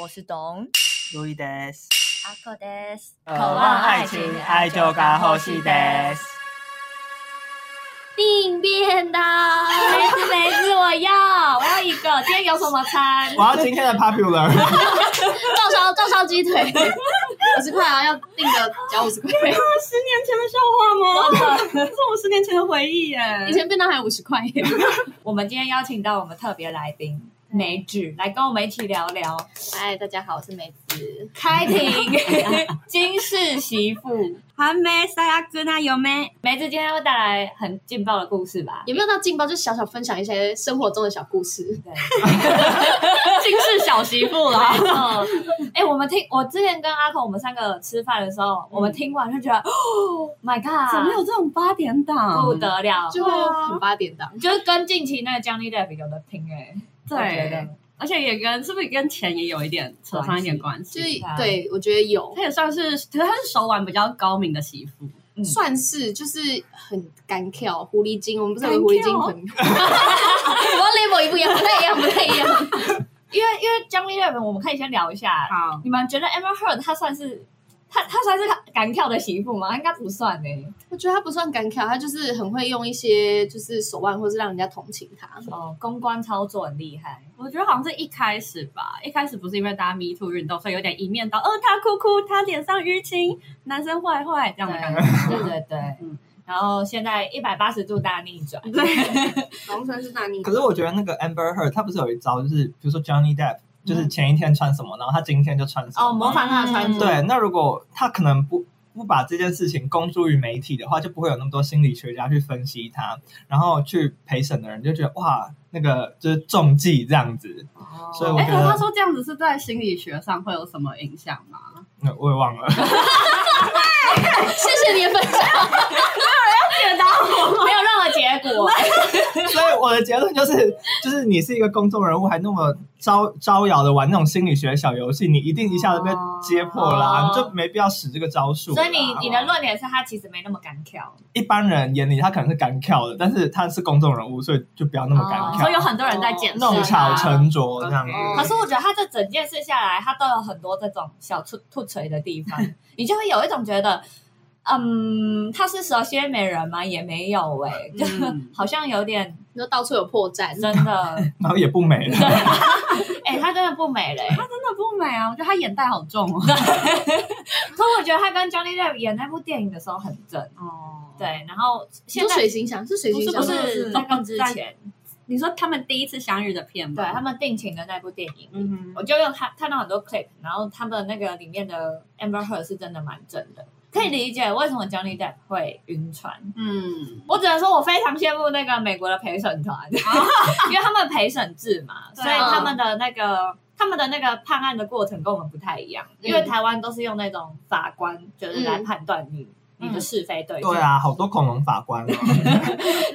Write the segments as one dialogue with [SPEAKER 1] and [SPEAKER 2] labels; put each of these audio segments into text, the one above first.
[SPEAKER 1] 我是董
[SPEAKER 2] 路易德斯，
[SPEAKER 1] 阿克德斯，
[SPEAKER 2] 渴望爱情，爱就该呼吸德斯。
[SPEAKER 3] 订便当，梅子梅子，我要，我要一个。今天有什么餐？
[SPEAKER 2] 我要今天的
[SPEAKER 4] 啊
[SPEAKER 2] popular，
[SPEAKER 3] 照烧照烧 鸡腿，五十块啊，要订个交五十块。
[SPEAKER 4] 十年前的笑话吗？这是我十年前的回忆耶。
[SPEAKER 3] 以前便当还五十块耶。
[SPEAKER 1] 我们今天邀请到我们特别来宾梅子来跟我们一起聊聊
[SPEAKER 3] 嗨，大家好，我是梅子。
[SPEAKER 1] 开庭金氏媳妇
[SPEAKER 4] 还没塞阿哥那有没？
[SPEAKER 1] 梅子今天会带来很劲爆的故事吧？
[SPEAKER 3] 也没有到劲爆，就是小小分享一些生活中的小故事。
[SPEAKER 1] 对， 金氏小媳妇啦。哎、我们听我之前跟阿孔我们三个吃饭的时候，我们听完就觉得、哦 m y God，
[SPEAKER 4] 嗯怎么有这种八点档？
[SPEAKER 1] 不得了？
[SPEAKER 3] 就很八点档，
[SPEAKER 1] 就是跟近期那个 Johnny Depp 有的拼哎、欸，我觉
[SPEAKER 4] 对
[SPEAKER 1] 得，
[SPEAKER 4] 而且也跟是不是跟钱也有一点扯上一点关
[SPEAKER 3] 就
[SPEAKER 4] 系？
[SPEAKER 3] 是
[SPEAKER 1] 啊
[SPEAKER 3] 对我觉得有
[SPEAKER 4] 她也算是，可是她是手腕比较高明的媳妇，
[SPEAKER 1] 嗯
[SPEAKER 3] 算是就是很干跳狐狸精，我们不是有个狐狸精朋友，我 level 一不一样，不太一样， 不太一样。
[SPEAKER 1] 因为因为 Johnny Depp 我们可以先聊一下，
[SPEAKER 4] 好，
[SPEAKER 1] 你们觉得 Amber Heard 她算是她她算是敢跳的媳妇吗？她应该不算哎呢、
[SPEAKER 4] 嗯
[SPEAKER 3] 我觉得他不算干跳，他就是很会用一些就是手腕，或是让人家同情他。
[SPEAKER 1] 哦，公关操作很厉害，
[SPEAKER 4] 我觉得好像是一开始吧，一开始不是因为大家 Me Too 运动，所以有点一面倒，哦，他哭哭，他脸上淤青，男生坏坏这样的感觉。
[SPEAKER 1] 对对对对。
[SPEAKER 4] 嗯
[SPEAKER 1] 然后现在一百八十度大逆转，
[SPEAKER 3] 龙算是大逆
[SPEAKER 2] 可是我觉得那个 Amber Heard 她不是有一招，就是比如说 Johnny Depp，就是前一天穿什么，然后她今天就穿什么。
[SPEAKER 1] 嗯哦，模仿她的穿着，
[SPEAKER 2] 对，那如果她可能不不把这件事情公诸于媒体的话，就不会有那么多心理学家去分析她，然后去陪审的人就觉得哇，那个就是中计这样子。
[SPEAKER 1] 哦
[SPEAKER 2] 所以我
[SPEAKER 4] 哎，
[SPEAKER 2] 觉
[SPEAKER 4] 可是他
[SPEAKER 2] 得，
[SPEAKER 4] 说这样子是在心理学上会有什么影响吗？
[SPEAKER 2] 嗯我也忘 了。
[SPEAKER 3] 谢谢你的分享，
[SPEAKER 1] 没有任何结果。
[SPEAKER 2] 所以我的结论就是，就是你是一个公众人物，还那么招招摇的玩那种心理学小游戏，你一定一下子被揭破啦，
[SPEAKER 1] 哦
[SPEAKER 2] 你就没必要使这个招数啦。
[SPEAKER 1] 所以你你的论点是她其实没那么敢跳，
[SPEAKER 2] 一般人眼里他可能是敢跳的，但是他是公众人物，所以就不要那么敢
[SPEAKER 1] 哦
[SPEAKER 2] 跳，
[SPEAKER 4] 所以有很多人在检视
[SPEAKER 3] 哦
[SPEAKER 2] 弄巧成拙
[SPEAKER 4] 是啊
[SPEAKER 2] 这样子。
[SPEAKER 1] 可
[SPEAKER 3] OK
[SPEAKER 1] 是我觉得她这整件事下来，她都有很多这种小吐吐锤的地方，你就会有一种觉得，嗯，她是蛇蝎美人吗？也没有哎、就、
[SPEAKER 4] 嗯
[SPEAKER 1] 好像有点
[SPEAKER 3] 你说到处有破绽，
[SPEAKER 1] 真的，
[SPEAKER 2] 然后也不美了。
[SPEAKER 1] 哎、她真的不美嘞、
[SPEAKER 4] 她真的不美啊，我觉得她眼袋好重哦。
[SPEAKER 1] 可我觉得她跟 Johnny Depp 演那部电影的时候很正，
[SPEAKER 4] 哦，
[SPEAKER 1] 对，然后
[SPEAKER 3] 你
[SPEAKER 1] 现
[SPEAKER 3] 说
[SPEAKER 1] 在
[SPEAKER 3] 水形象是水形
[SPEAKER 1] 不
[SPEAKER 3] 象吗，
[SPEAKER 1] 是在更之前，
[SPEAKER 4] 你说他们第一次相遇的片吗？
[SPEAKER 1] 对他们定情的那部电影。
[SPEAKER 4] 嗯
[SPEAKER 1] 我就用看看到很多 clip，然后他们那个里面的 Amber Heard 是真的蛮正的，可以理解为什么 Johnny Depp 会晕船。
[SPEAKER 4] 嗯，
[SPEAKER 1] 我只能说，我非常羡慕那个美国的陪审团， 因为他们陪审制嘛，所
[SPEAKER 4] 对
[SPEAKER 1] 以他们的那个他们的那个判案的过程跟我们不太一样，因为
[SPEAKER 3] 嗯
[SPEAKER 1] 台湾都是用那种法官就是来判断你。你的是非对错，
[SPEAKER 2] 对啊，好多恐龙法官哦，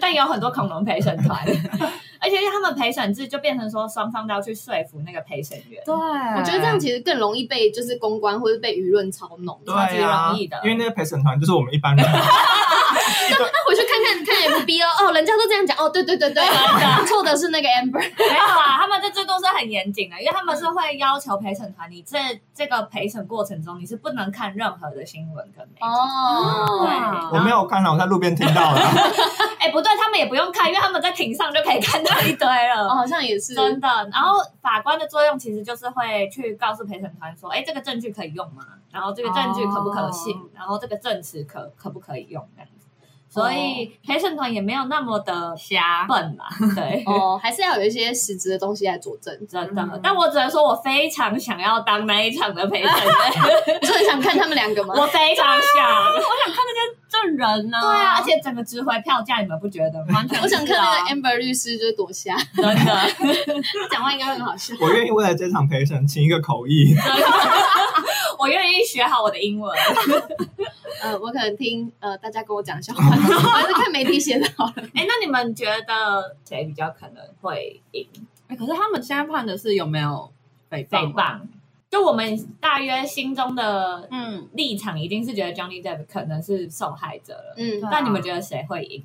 [SPEAKER 1] 但也有很多恐龙陪审团， 而且他们陪审制就变成说双方都要去说服那个陪审员，
[SPEAKER 4] 对，我
[SPEAKER 3] 我觉得这样其实更容易被就是公关或者被舆论操弄。
[SPEAKER 2] 对
[SPEAKER 1] 超级
[SPEAKER 2] 啊，
[SPEAKER 1] 容易的嗯
[SPEAKER 2] 因为那个陪审团就是我们一 般人，
[SPEAKER 3] 那回去看看看 FB 哦，哦，人家都这样讲哦，对对对 对，错的是那个 Amber，
[SPEAKER 1] 没有啊，他们这制度是很严谨的，因为他们是会要求陪审团，你这这个陪审过程中，你是不能看任何的新闻跟媒体。
[SPEAKER 3] 哦
[SPEAKER 1] 对，
[SPEAKER 2] 我
[SPEAKER 1] 然
[SPEAKER 2] 没
[SPEAKER 1] 后
[SPEAKER 2] 有看到，我在路边听到 了。
[SPEAKER 1] 哎、不对，他们也不用看，因为他们在庭上就可以看到一堆
[SPEAKER 3] 哦，
[SPEAKER 1] 了，
[SPEAKER 3] 好像也是，
[SPEAKER 1] 真的。然后法官的作用其实就是会去告诉陪审团说，哎、这个证据可以用吗？然后这个证据可不可信？
[SPEAKER 4] 哦
[SPEAKER 1] 然后这个证词可可不可以用？这样子，
[SPEAKER 3] 哦
[SPEAKER 1] 所以陪审团也没有那么的
[SPEAKER 4] 瞎。
[SPEAKER 1] 笨嘛，对。
[SPEAKER 3] 哦，还是要有一些实质的东西来佐 证。
[SPEAKER 1] 真的，
[SPEAKER 4] 嗯
[SPEAKER 1] 但我只能说，我非常想要当那一场的陪审员，
[SPEAKER 3] 你很想看他们两个吗？
[SPEAKER 1] 我非常想。
[SPEAKER 4] 证人呢？
[SPEAKER 1] 对啊，而且整个值回票价，你们不觉得吗？
[SPEAKER 4] 完全
[SPEAKER 3] 我想看那
[SPEAKER 4] 个
[SPEAKER 3] 个 Amber 律师就是躲虾，
[SPEAKER 1] 真的，
[SPEAKER 3] 他讲话应该会很好笑。
[SPEAKER 2] 我愿意为了这场陪审请一个口译。
[SPEAKER 1] 我愿意学好我的英文。
[SPEAKER 3] 呃，我可能听呃大家跟我讲 笑话，我还是看媒体写的好了。
[SPEAKER 1] 哎、那你们觉得谁比较可能会赢
[SPEAKER 4] 哎可是他们现在判的是有没有诽
[SPEAKER 1] 诽？谤？就我们大约心中的
[SPEAKER 4] 嗯，
[SPEAKER 1] 立场，一定是觉得 Johnny Depp 可能是受害者了。
[SPEAKER 3] 嗯
[SPEAKER 4] 对啊
[SPEAKER 1] 那你们觉得谁会赢？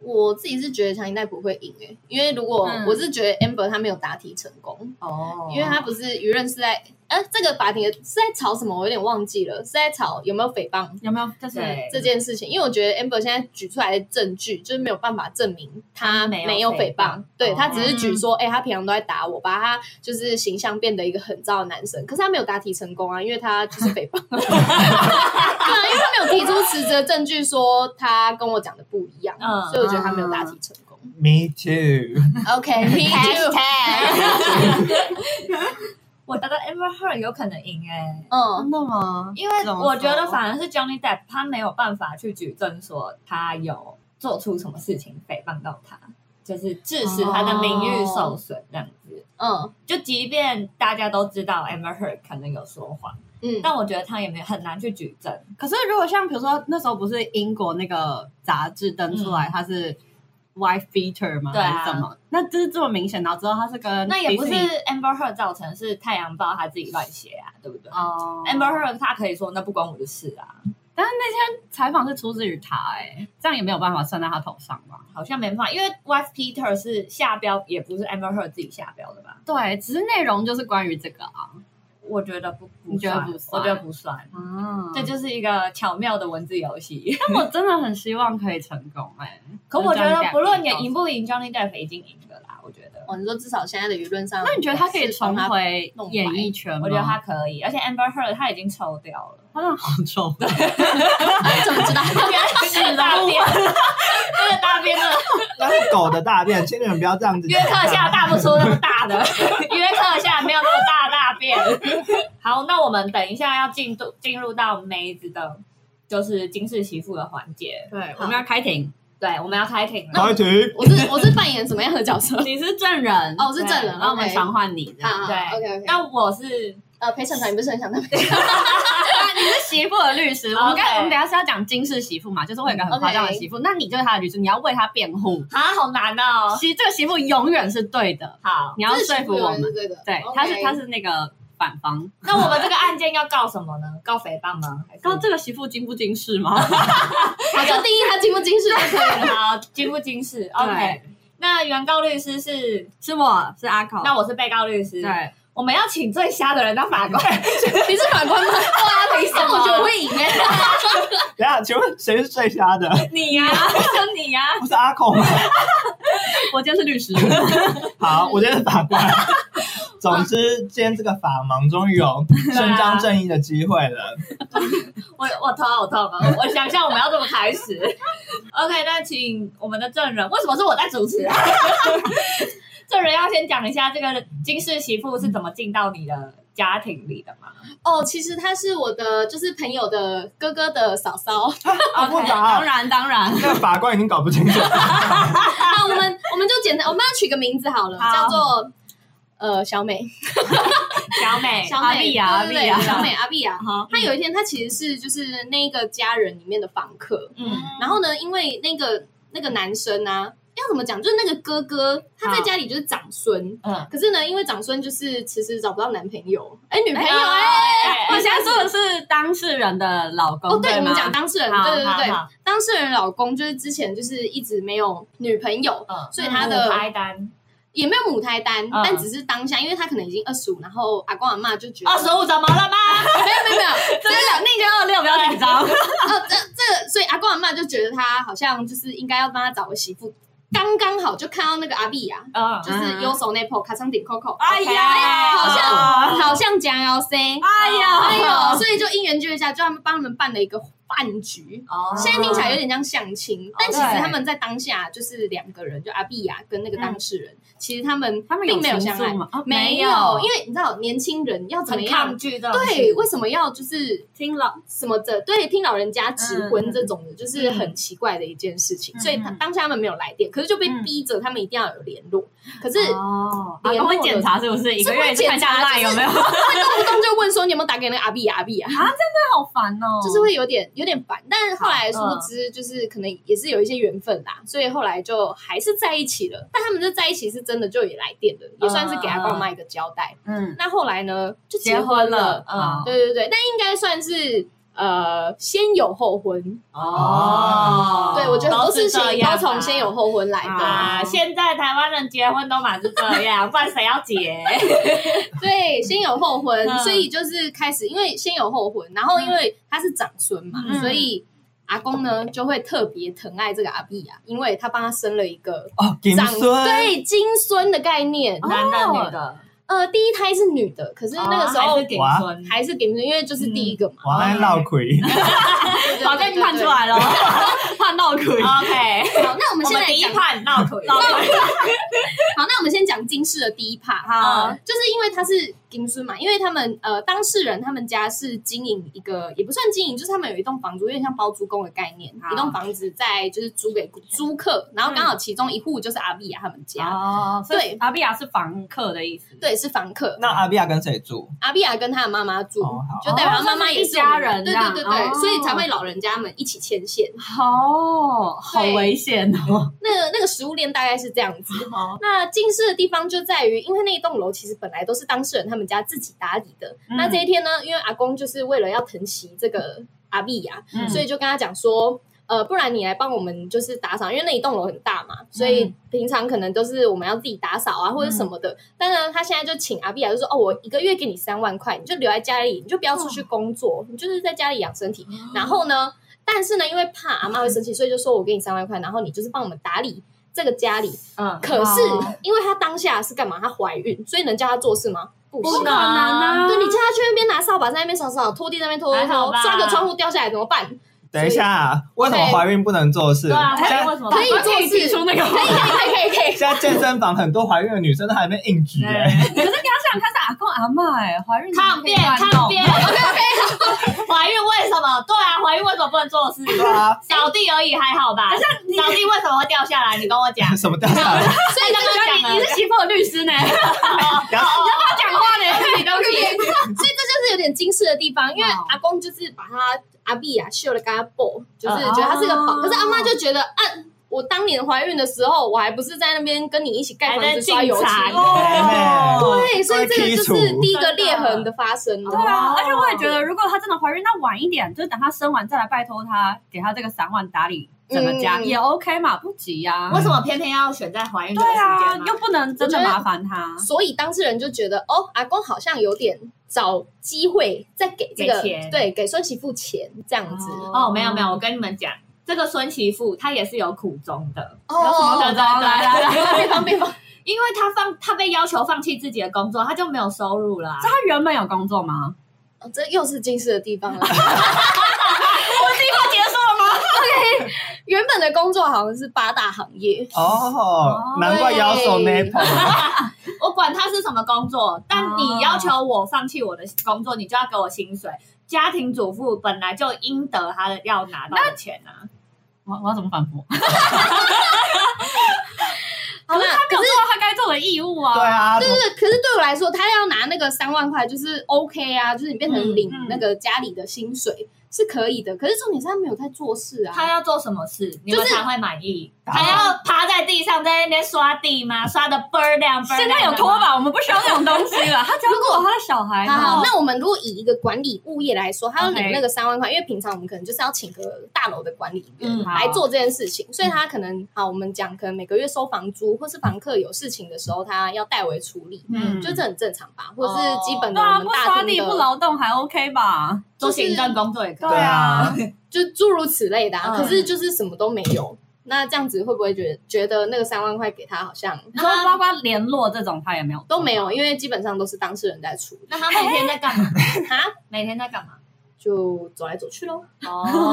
[SPEAKER 3] 我自己是觉得强尼戴普会赢诶、因为如果、
[SPEAKER 4] 嗯
[SPEAKER 3] 我是觉得 Amber 他没有答题成功，
[SPEAKER 1] 哦
[SPEAKER 3] 因为他不是舆论是在呃这个法庭的是在吵什么，我有点忘记了，是在吵有没有诽谤
[SPEAKER 4] 有没有？就是
[SPEAKER 1] 对
[SPEAKER 3] 这件事情，因为我觉得 Amber 现在举出来的证据就是没有办法证明他
[SPEAKER 1] 没有
[SPEAKER 3] 没有
[SPEAKER 1] 诽
[SPEAKER 3] 诽
[SPEAKER 1] 谤
[SPEAKER 3] 谤，对
[SPEAKER 1] 哦
[SPEAKER 3] 他只是举说，哎、他平常都在打我，把他就是形象变得一个很糟的男生，可是他没有答题成功啊，因为他就是 诽谤，对啊，因为他没有提出实质的证据说他跟我讲的不一样，
[SPEAKER 1] 嗯
[SPEAKER 3] 所以我觉得他没有答题成功。
[SPEAKER 2] Me too，
[SPEAKER 3] OK，me too，
[SPEAKER 1] 我觉得 Amber Heard 有可能赢哎、
[SPEAKER 3] 嗯
[SPEAKER 4] 真的吗？
[SPEAKER 1] 因为我觉得反而是 Johnny Depp 他没有办法去举证说他有做出什么事情诽谤到他，就是致使他的名誉
[SPEAKER 4] 哦
[SPEAKER 1] 受损这样子。
[SPEAKER 3] 嗯
[SPEAKER 1] 就即便大家都知道 Amber Heard 可能有说谎，
[SPEAKER 3] 嗯，
[SPEAKER 1] 但我觉得他也没有很难去举证。
[SPEAKER 4] 可是如果像比如说那时候不是英国那个杂志登出来，它是 wife beater 吗？
[SPEAKER 1] 对啊
[SPEAKER 4] 还是什么？那就是这么明显，然后之后他是跟
[SPEAKER 1] 那也不是
[SPEAKER 4] 迪士尼
[SPEAKER 1] Amber Heard 造成，是太阳报他自己乱写啊，对不对、
[SPEAKER 4] 哦
[SPEAKER 1] a m b e r Heard 他可以说那不关我的事啊，
[SPEAKER 4] 但是那天采访是出自于他、哎，这样也没有办法算在他头上吧？
[SPEAKER 1] 好像没办法，因为 Wife Peter 是下标，也不是 Amber Heard 自己下标的吧？
[SPEAKER 4] 对，只是内容就是关于这个啊。
[SPEAKER 1] 我觉得不，不
[SPEAKER 4] 你觉得
[SPEAKER 1] 算
[SPEAKER 4] 不算
[SPEAKER 1] 我觉得不算。
[SPEAKER 4] 啊
[SPEAKER 1] 这
[SPEAKER 4] 对，就
[SPEAKER 1] 就是一个巧妙的文字游戏，
[SPEAKER 4] 但我真的很希望可以成功、哎，
[SPEAKER 1] 可我觉得
[SPEAKER 4] Johnny Depp
[SPEAKER 1] 不论你赢不赢，Johnny Depp 已经赢了啦。我觉得，
[SPEAKER 3] 哦，你说至少现在的舆论上，
[SPEAKER 4] 那你觉得他可以重回
[SPEAKER 3] 弄白
[SPEAKER 4] 演艺圈吗？
[SPEAKER 1] 我觉得他可以，而且 Amber Heard 他已经抽掉 了，
[SPEAKER 4] 他真的好重，
[SPEAKER 3] 你 怎么知道？
[SPEAKER 1] 是大便，那个大便真的
[SPEAKER 2] 那是狗的大便，请你们不要这样子。
[SPEAKER 1] 约克夏大不出那么大的，约克夏没有那么大的大 便。好，那我们等一下要进入进入到梅子的，就是金氏媳妇的环节。
[SPEAKER 4] 对，我
[SPEAKER 3] 好
[SPEAKER 4] 们要开庭，
[SPEAKER 1] 对，我们要开庭了。
[SPEAKER 2] 开庭，
[SPEAKER 3] 我是我是扮演什么样的角色？
[SPEAKER 4] 你是证人
[SPEAKER 3] 哦我是证人
[SPEAKER 4] 对然后我们
[SPEAKER 3] OK
[SPEAKER 4] 传唤你这样。
[SPEAKER 3] 啊
[SPEAKER 1] 对
[SPEAKER 3] ，OK OK。
[SPEAKER 1] 那我是
[SPEAKER 3] 呃，陪审团你不是很想当陪
[SPEAKER 4] 你是媳妇的律师，我们
[SPEAKER 1] OK
[SPEAKER 4] 刚才我们等一下是要讲金氏媳妇嘛，就是会有一个很夸张的媳妇，那你就是她的律师，你要为她辩护。
[SPEAKER 1] 啊，好难哦。
[SPEAKER 4] 其实这个媳妇永远是对的，
[SPEAKER 1] 好，
[SPEAKER 4] 你要说服我们。
[SPEAKER 3] 对的，
[SPEAKER 4] 对，她是她是那个反方。
[SPEAKER 1] 那我们这个案件要告什么呢？告诽谤吗？还是
[SPEAKER 4] 刚这个媳妇经不经事吗？
[SPEAKER 3] 他就定义他经不经事 就可以了。
[SPEAKER 1] 好，金不金氏？OK
[SPEAKER 4] 对。
[SPEAKER 1] 那原告律师是，
[SPEAKER 4] 是我 是阿口。
[SPEAKER 1] 那我是被告律师。，
[SPEAKER 4] 对，
[SPEAKER 1] 我们要请最瞎的人当法官。
[SPEAKER 3] 你是法官吗？
[SPEAKER 4] 啊
[SPEAKER 1] 凭什
[SPEAKER 3] 但我觉得我会赢哎。
[SPEAKER 2] 等一下，请问谁是最瞎的？
[SPEAKER 1] 你呀，就你呀。
[SPEAKER 2] 不是阿孔吗？
[SPEAKER 4] 我今天是律 师。
[SPEAKER 2] 好，我觉得法官。总之，今天这个法盲终于有伸张正义的机会了。
[SPEAKER 1] 我我头好痛啊！我想象我们要怎么开始。OK，那请我们的证人，为什么是我在主 持啊？证人要先讲一下这个金氏媳妇是怎么进到你的家庭里的吗？
[SPEAKER 3] 哦，其实他是我的就是朋友的哥哥的嫂 嫂。
[SPEAKER 2] 好复杂
[SPEAKER 4] 当
[SPEAKER 2] 哦，
[SPEAKER 4] 然当然，
[SPEAKER 2] 那个法官已经搞不清楚。
[SPEAKER 3] 那我们我们就简单，我们要取个名字好了，
[SPEAKER 1] 好
[SPEAKER 3] 叫做呃小美，
[SPEAKER 1] 小美，
[SPEAKER 3] 小
[SPEAKER 4] 阿
[SPEAKER 3] 美
[SPEAKER 4] 碧啊
[SPEAKER 3] 对对对
[SPEAKER 4] 阿碧啊
[SPEAKER 3] 小美阿碧啊。
[SPEAKER 4] 好，
[SPEAKER 3] 她有一天，她其实是就是那个家人里面的房客。
[SPEAKER 1] 嗯，
[SPEAKER 3] 然后呢，因为那个那个男生啊，要怎么讲，就是那个哥哥，他在
[SPEAKER 1] 好
[SPEAKER 3] 家里就是长孙，
[SPEAKER 1] 嗯，
[SPEAKER 3] 可是呢，因为长孙就是迟迟找不到男朋友，哎，女朋友
[SPEAKER 1] 哎
[SPEAKER 3] 哎、
[SPEAKER 4] 我现在说的是当事人的老公，
[SPEAKER 3] 哦，对，我
[SPEAKER 4] 吗
[SPEAKER 3] 们讲当事人，
[SPEAKER 1] 好
[SPEAKER 3] 对对对
[SPEAKER 1] 好
[SPEAKER 3] 对
[SPEAKER 1] 好，
[SPEAKER 3] 当事人老公就是之前就是一直没有女朋友，
[SPEAKER 1] 嗯，
[SPEAKER 3] 所以他
[SPEAKER 1] 母
[SPEAKER 3] 的
[SPEAKER 1] 胎单
[SPEAKER 3] 也没有母胎单，
[SPEAKER 1] 嗯
[SPEAKER 3] 但只是当下，因为他可能已经二十五，然后阿公阿妈就觉得
[SPEAKER 1] 二十五怎么了吗？
[SPEAKER 3] 没有没有没有，
[SPEAKER 4] 这是两逆天二六，不要紧张。
[SPEAKER 3] 哦，这这个，所以阿公阿妈就觉得他好像就是应该要帮他找个媳妇，刚刚好就看到那个阿碧呀，
[SPEAKER 1] 嗯
[SPEAKER 3] 就，是
[SPEAKER 4] 嗯
[SPEAKER 3] 右手那破卡上顶 Coco，
[SPEAKER 4] 哎呀，
[SPEAKER 3] 好
[SPEAKER 1] 哎
[SPEAKER 3] 像好像讲要 C。
[SPEAKER 1] 哦
[SPEAKER 4] 哎呀，
[SPEAKER 3] 哎呦，所以就因缘际会下，就他们帮他们办了一个饭局。
[SPEAKER 1] 哦
[SPEAKER 3] 现在听起来有点像相亲，但其
[SPEAKER 4] 对
[SPEAKER 3] 实他们在当下就是两个人，就阿碧雅跟那个当事人，其实他们
[SPEAKER 4] 他们
[SPEAKER 3] 并没有
[SPEAKER 4] 情
[SPEAKER 3] 相爱
[SPEAKER 4] 愫，吗？啊
[SPEAKER 3] 没有，因为你知道年轻人要怎么
[SPEAKER 1] 很
[SPEAKER 3] 样
[SPEAKER 1] 抗？拒这种事
[SPEAKER 3] 对，为什么要就是
[SPEAKER 4] 听了，
[SPEAKER 3] 什么的？对，听老人家指
[SPEAKER 4] 嗯嗯
[SPEAKER 3] 婚
[SPEAKER 4] 嗯
[SPEAKER 3] 这种的，就是很奇怪的一件事情。
[SPEAKER 1] 嗯
[SPEAKER 3] 所以他当下他们没有来电，可是就被
[SPEAKER 4] 嗯
[SPEAKER 3] 逼着他们一定要有联络。可是
[SPEAKER 4] 哦，我
[SPEAKER 3] 联络
[SPEAKER 4] 会
[SPEAKER 3] 的
[SPEAKER 4] 检查是不是一个
[SPEAKER 3] 是会
[SPEAKER 4] 月一次看一下
[SPEAKER 3] 检查
[SPEAKER 4] line 有没有？
[SPEAKER 3] 动不动就问说你有没有打给那个阿碧雅阿碧雅？
[SPEAKER 4] 好烦哦
[SPEAKER 1] 嗯
[SPEAKER 3] 就是会有点有点烦，但后来殊
[SPEAKER 1] 好
[SPEAKER 3] 不知，就是可能也是有一些缘分啦，所以后来就还是在一起了。但他们就在一起是真的就也来电了，也算是给阿公妈一个交代。
[SPEAKER 4] 嗯，
[SPEAKER 3] 那后来呢，就
[SPEAKER 4] 结
[SPEAKER 3] 婚
[SPEAKER 4] 婚了，
[SPEAKER 1] 嗯
[SPEAKER 4] 嗯，
[SPEAKER 3] 对对对，但应该算是呃先有后婚，
[SPEAKER 1] 哦，
[SPEAKER 3] 对我觉得很多事情
[SPEAKER 1] 都是这样啊
[SPEAKER 3] 都从先有后婚来的。
[SPEAKER 1] 啊，现在台湾人结婚都满是这样，不然谁要结？
[SPEAKER 3] 对，先有后婚，
[SPEAKER 1] 嗯
[SPEAKER 3] 所以就是开始，因为先有后婚，然后因为他是长孙嘛，
[SPEAKER 1] 嗯
[SPEAKER 3] 所以阿公呢就会特别疼爱这个阿碧啊，因为他帮他生了一个
[SPEAKER 2] 哦，金
[SPEAKER 3] 长
[SPEAKER 2] 孙，
[SPEAKER 3] 对金孙的概念。
[SPEAKER 4] 哦
[SPEAKER 1] 男的女的，
[SPEAKER 3] 呃，第一胎是女的，可是那个时候
[SPEAKER 1] 哦还是给
[SPEAKER 2] 哇
[SPEAKER 1] 孙，
[SPEAKER 3] 还是给女的，因为就是第一个嘛，
[SPEAKER 2] 王安闹鬼，
[SPEAKER 3] 对对对
[SPEAKER 4] 早就已经判出来了， 判到鬼。
[SPEAKER 1] OK。
[SPEAKER 3] 对对好，那我们
[SPEAKER 1] 我
[SPEAKER 3] 现
[SPEAKER 1] 们
[SPEAKER 3] 在
[SPEAKER 1] 第一
[SPEAKER 3] 讲，
[SPEAKER 1] 判闹腿，
[SPEAKER 4] 闹腿
[SPEAKER 3] 好，那我们先讲金氏的第一 part
[SPEAKER 1] 好
[SPEAKER 3] 哈，就是因为他是金孙嘛，因为他们呃当事人他们家是经营一个也不算经营，就是他们有一栋房租，有点像包租公的概念，
[SPEAKER 1] 好
[SPEAKER 3] 一栋房子在就是租给租客，然后刚好其中一户就是阿碧亚他们家，
[SPEAKER 4] 哦，所以
[SPEAKER 3] 对
[SPEAKER 4] 阿比亚是房客的意思。
[SPEAKER 3] 对，是房客。
[SPEAKER 2] 那阿比亚跟谁住？
[SPEAKER 3] 阿碧亚跟他的妈妈住，
[SPEAKER 2] 哦好
[SPEAKER 3] 就代表他妈妈也是我们
[SPEAKER 4] 哦算是一家人
[SPEAKER 3] 对
[SPEAKER 4] 这样
[SPEAKER 3] 对对对，
[SPEAKER 4] 哦
[SPEAKER 3] 所以才会老人家们一起牵线。
[SPEAKER 4] 哦，好
[SPEAKER 3] 对
[SPEAKER 4] 危险哦。
[SPEAKER 3] 那个那个食物链大概是这样子。
[SPEAKER 4] 哦
[SPEAKER 3] 那近视的地方就在于，因为那一栋楼其实本来都是当事人他们家自己打理的。
[SPEAKER 4] 嗯
[SPEAKER 3] 那这一天呢，因为阿公就是为了要疼惜这个阿碧呀、
[SPEAKER 4] 嗯
[SPEAKER 3] 所以就跟他讲说。呃，不然你来帮我们就是打扫，因为那一栋楼很大嘛，所以平常可能都是我们要自己打扫啊或者什么的。但呢，他现在就请阿碧啊，就说哦，我一个月给你三万块，你就留在家里，你就不要出去工作，你就是在家里养身体。然后呢，但是呢，因为怕阿妈会生气，所以就说我给你三万块，然后你就是帮我们打理这个家里。
[SPEAKER 1] 嗯，
[SPEAKER 3] 可是
[SPEAKER 4] 哦
[SPEAKER 3] 因为她当下是干嘛？她怀孕，所以能叫她做事吗？不
[SPEAKER 1] 不
[SPEAKER 3] 行。
[SPEAKER 1] 能啊
[SPEAKER 3] 对你叫她去那边拿扫把，在那边扫扫，拖地在那边拖拖
[SPEAKER 1] 还好
[SPEAKER 3] 拖，
[SPEAKER 1] 吧
[SPEAKER 3] 刷个窗户掉下来怎么办？
[SPEAKER 2] 等一下，啊为什么怀孕不能做事？
[SPEAKER 1] 对啊，
[SPEAKER 2] 现在
[SPEAKER 1] 为什么
[SPEAKER 3] 可以做
[SPEAKER 4] 可以提
[SPEAKER 3] 事，
[SPEAKER 4] 出那个
[SPEAKER 3] 可以可以可以可以 可以。
[SPEAKER 2] 现在健身房很多怀孕的女生都还没硬举 哎，
[SPEAKER 4] 可是你要想，他是阿公阿妈哎，怀孕
[SPEAKER 1] 抗辩抗辩，OK OK，怀孕 为什么？对啊，怀孕为什么不能做事？
[SPEAKER 2] 对啊，
[SPEAKER 1] 小弟而已，还好吧？小弟为什么会掉下来？你跟我讲。啊
[SPEAKER 2] 什么掉下来？
[SPEAKER 1] 所以刚刚讲
[SPEAKER 4] 你
[SPEAKER 1] 了
[SPEAKER 4] 是媳妇的律师 呢，
[SPEAKER 2] 然后
[SPEAKER 4] 他讲话呢，你都
[SPEAKER 3] 对不起所以这就是有点惊世的地方，因为
[SPEAKER 4] 好
[SPEAKER 3] 阿公就是把他阿碧啊秀的跟他抱，就是
[SPEAKER 1] 嗯
[SPEAKER 3] 觉得他是个宝，
[SPEAKER 4] 哦
[SPEAKER 3] 可是阿妈就觉得啊。我当年怀孕的时候，我还不是在那边跟你一起盖房子刷油漆，
[SPEAKER 1] 还在进
[SPEAKER 2] 妹
[SPEAKER 1] 哦
[SPEAKER 2] 妹，
[SPEAKER 3] 对，所以这个就是第一个裂痕的发生了。
[SPEAKER 4] 对啊
[SPEAKER 1] 哦，
[SPEAKER 4] 而且我也觉得，如果她真的怀孕，那晚一点，就是等她生完再来拜托她，给她这个三万打理整个家、
[SPEAKER 3] 嗯
[SPEAKER 4] 也 OK 嘛，不急呀、
[SPEAKER 1] 为什么偏偏要选在怀孕这
[SPEAKER 4] 啊对
[SPEAKER 1] 个时
[SPEAKER 4] 啊
[SPEAKER 1] 间，呢？
[SPEAKER 4] 又不能真的麻烦她。
[SPEAKER 3] 所以当事人就觉得，哦，阿公好像有点找机会再给这个
[SPEAKER 1] 给钱
[SPEAKER 3] 对给孙媳妇钱这样子。
[SPEAKER 4] 哦
[SPEAKER 1] 哦，没有没有，我跟你们讲，这个孙媳妇她也是有苦衷的，
[SPEAKER 4] 有什么
[SPEAKER 1] 对
[SPEAKER 4] 好
[SPEAKER 1] 对
[SPEAKER 4] 招
[SPEAKER 1] 对
[SPEAKER 4] 来来来，
[SPEAKER 3] 方便方便方便
[SPEAKER 1] 因为她放她被要求放弃自己的工作，她就没有收入啦。
[SPEAKER 4] 她原本有工作吗？
[SPEAKER 3] 哦这又是近视的地方了。
[SPEAKER 4] 她结束了吗？
[SPEAKER 3] 原本的工作好像是八大行业，
[SPEAKER 2] 哦，难怪妖兽 nipple，
[SPEAKER 1] 我管他是什么工作，但你要求我放弃我的工作，你就要给我薪水。家庭主妇本来就应得她要拿到的钱啊。
[SPEAKER 4] 我我要怎么反驳？
[SPEAKER 3] 好
[SPEAKER 4] 她
[SPEAKER 3] 啦，
[SPEAKER 4] 没有做到她该做的义务啊。
[SPEAKER 2] 对啊，
[SPEAKER 3] 可是可是对我来说，他要拿那个三万块就是 OK 啊，就是你变成领
[SPEAKER 4] 嗯嗯
[SPEAKER 3] 那个家里的薪水是可以的。可是重点是他没有在做事啊，
[SPEAKER 1] 她要做什么事，你们才会满意？
[SPEAKER 4] 啊
[SPEAKER 2] 打
[SPEAKER 1] 还要趴在地上在那边刷地吗？刷的倍儿亮倍儿
[SPEAKER 4] 现
[SPEAKER 1] 亮的吗
[SPEAKER 4] 在有拖？把，我们不需要那种东西了。她只要顾好她的小孩
[SPEAKER 3] 好
[SPEAKER 4] 好
[SPEAKER 3] 好，那我们如果以一个管理物业来说，他要领
[SPEAKER 4] OK
[SPEAKER 3] 那个三万块，因为平常我们可能就是要请个大楼的管理员
[SPEAKER 1] 嗯
[SPEAKER 4] 好嗯
[SPEAKER 3] 来做这件事情，所以他可能好，我们讲可能每个月收房租，或是房客有事情的时候，他要代为处理，
[SPEAKER 1] 嗯，
[SPEAKER 3] 就这很正常吧，或是基本的
[SPEAKER 4] 对
[SPEAKER 3] 我
[SPEAKER 4] 啊，
[SPEAKER 3] 们
[SPEAKER 4] 不
[SPEAKER 3] 大
[SPEAKER 4] 刷
[SPEAKER 3] 厅
[SPEAKER 4] 地不
[SPEAKER 3] 的，
[SPEAKER 4] 劳动还 OK 吧？
[SPEAKER 1] 做行政工作也可以。
[SPEAKER 2] 对啊，
[SPEAKER 3] 就诸如此类的啊。
[SPEAKER 1] 嗯
[SPEAKER 3] 可是就是什么都没有，那这样子会不会觉得觉得那个三万块给他好像
[SPEAKER 4] 你说包括联络这种，她也没有
[SPEAKER 3] 都没有，因为基本上都是当事人在处理
[SPEAKER 1] 那她每天在 干嘛？
[SPEAKER 3] 啊，
[SPEAKER 1] 每天在干嘛？
[SPEAKER 3] 就走来走去喽。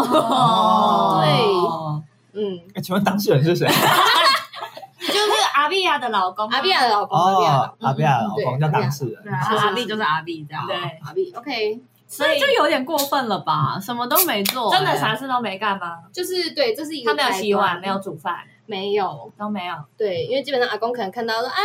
[SPEAKER 1] 哦，
[SPEAKER 4] 对。
[SPEAKER 3] 嗯，
[SPEAKER 2] 哎请问当事人是谁？
[SPEAKER 1] 对， 就是阿碧亚的老公啊，
[SPEAKER 3] 阿碧亚的老公，阿碧亚的老
[SPEAKER 2] 哦
[SPEAKER 3] 公，，
[SPEAKER 2] 阿比亚老
[SPEAKER 3] 对
[SPEAKER 2] 公叫当事人，
[SPEAKER 1] 对啊
[SPEAKER 4] 阿 B 就是阿 B 这样，
[SPEAKER 1] 对，
[SPEAKER 3] 阿碧，OK，
[SPEAKER 1] 所以
[SPEAKER 4] 就有点过分了吧？什么都没做、
[SPEAKER 1] 真的
[SPEAKER 4] 欸
[SPEAKER 1] 啥？事都没干吗？
[SPEAKER 3] 就是对，这是一个
[SPEAKER 1] 她没有洗碗，
[SPEAKER 3] 开端
[SPEAKER 1] 没有煮饭，
[SPEAKER 3] 没有
[SPEAKER 1] 都没有。
[SPEAKER 3] 对，因为基本上阿公可能看到说啊，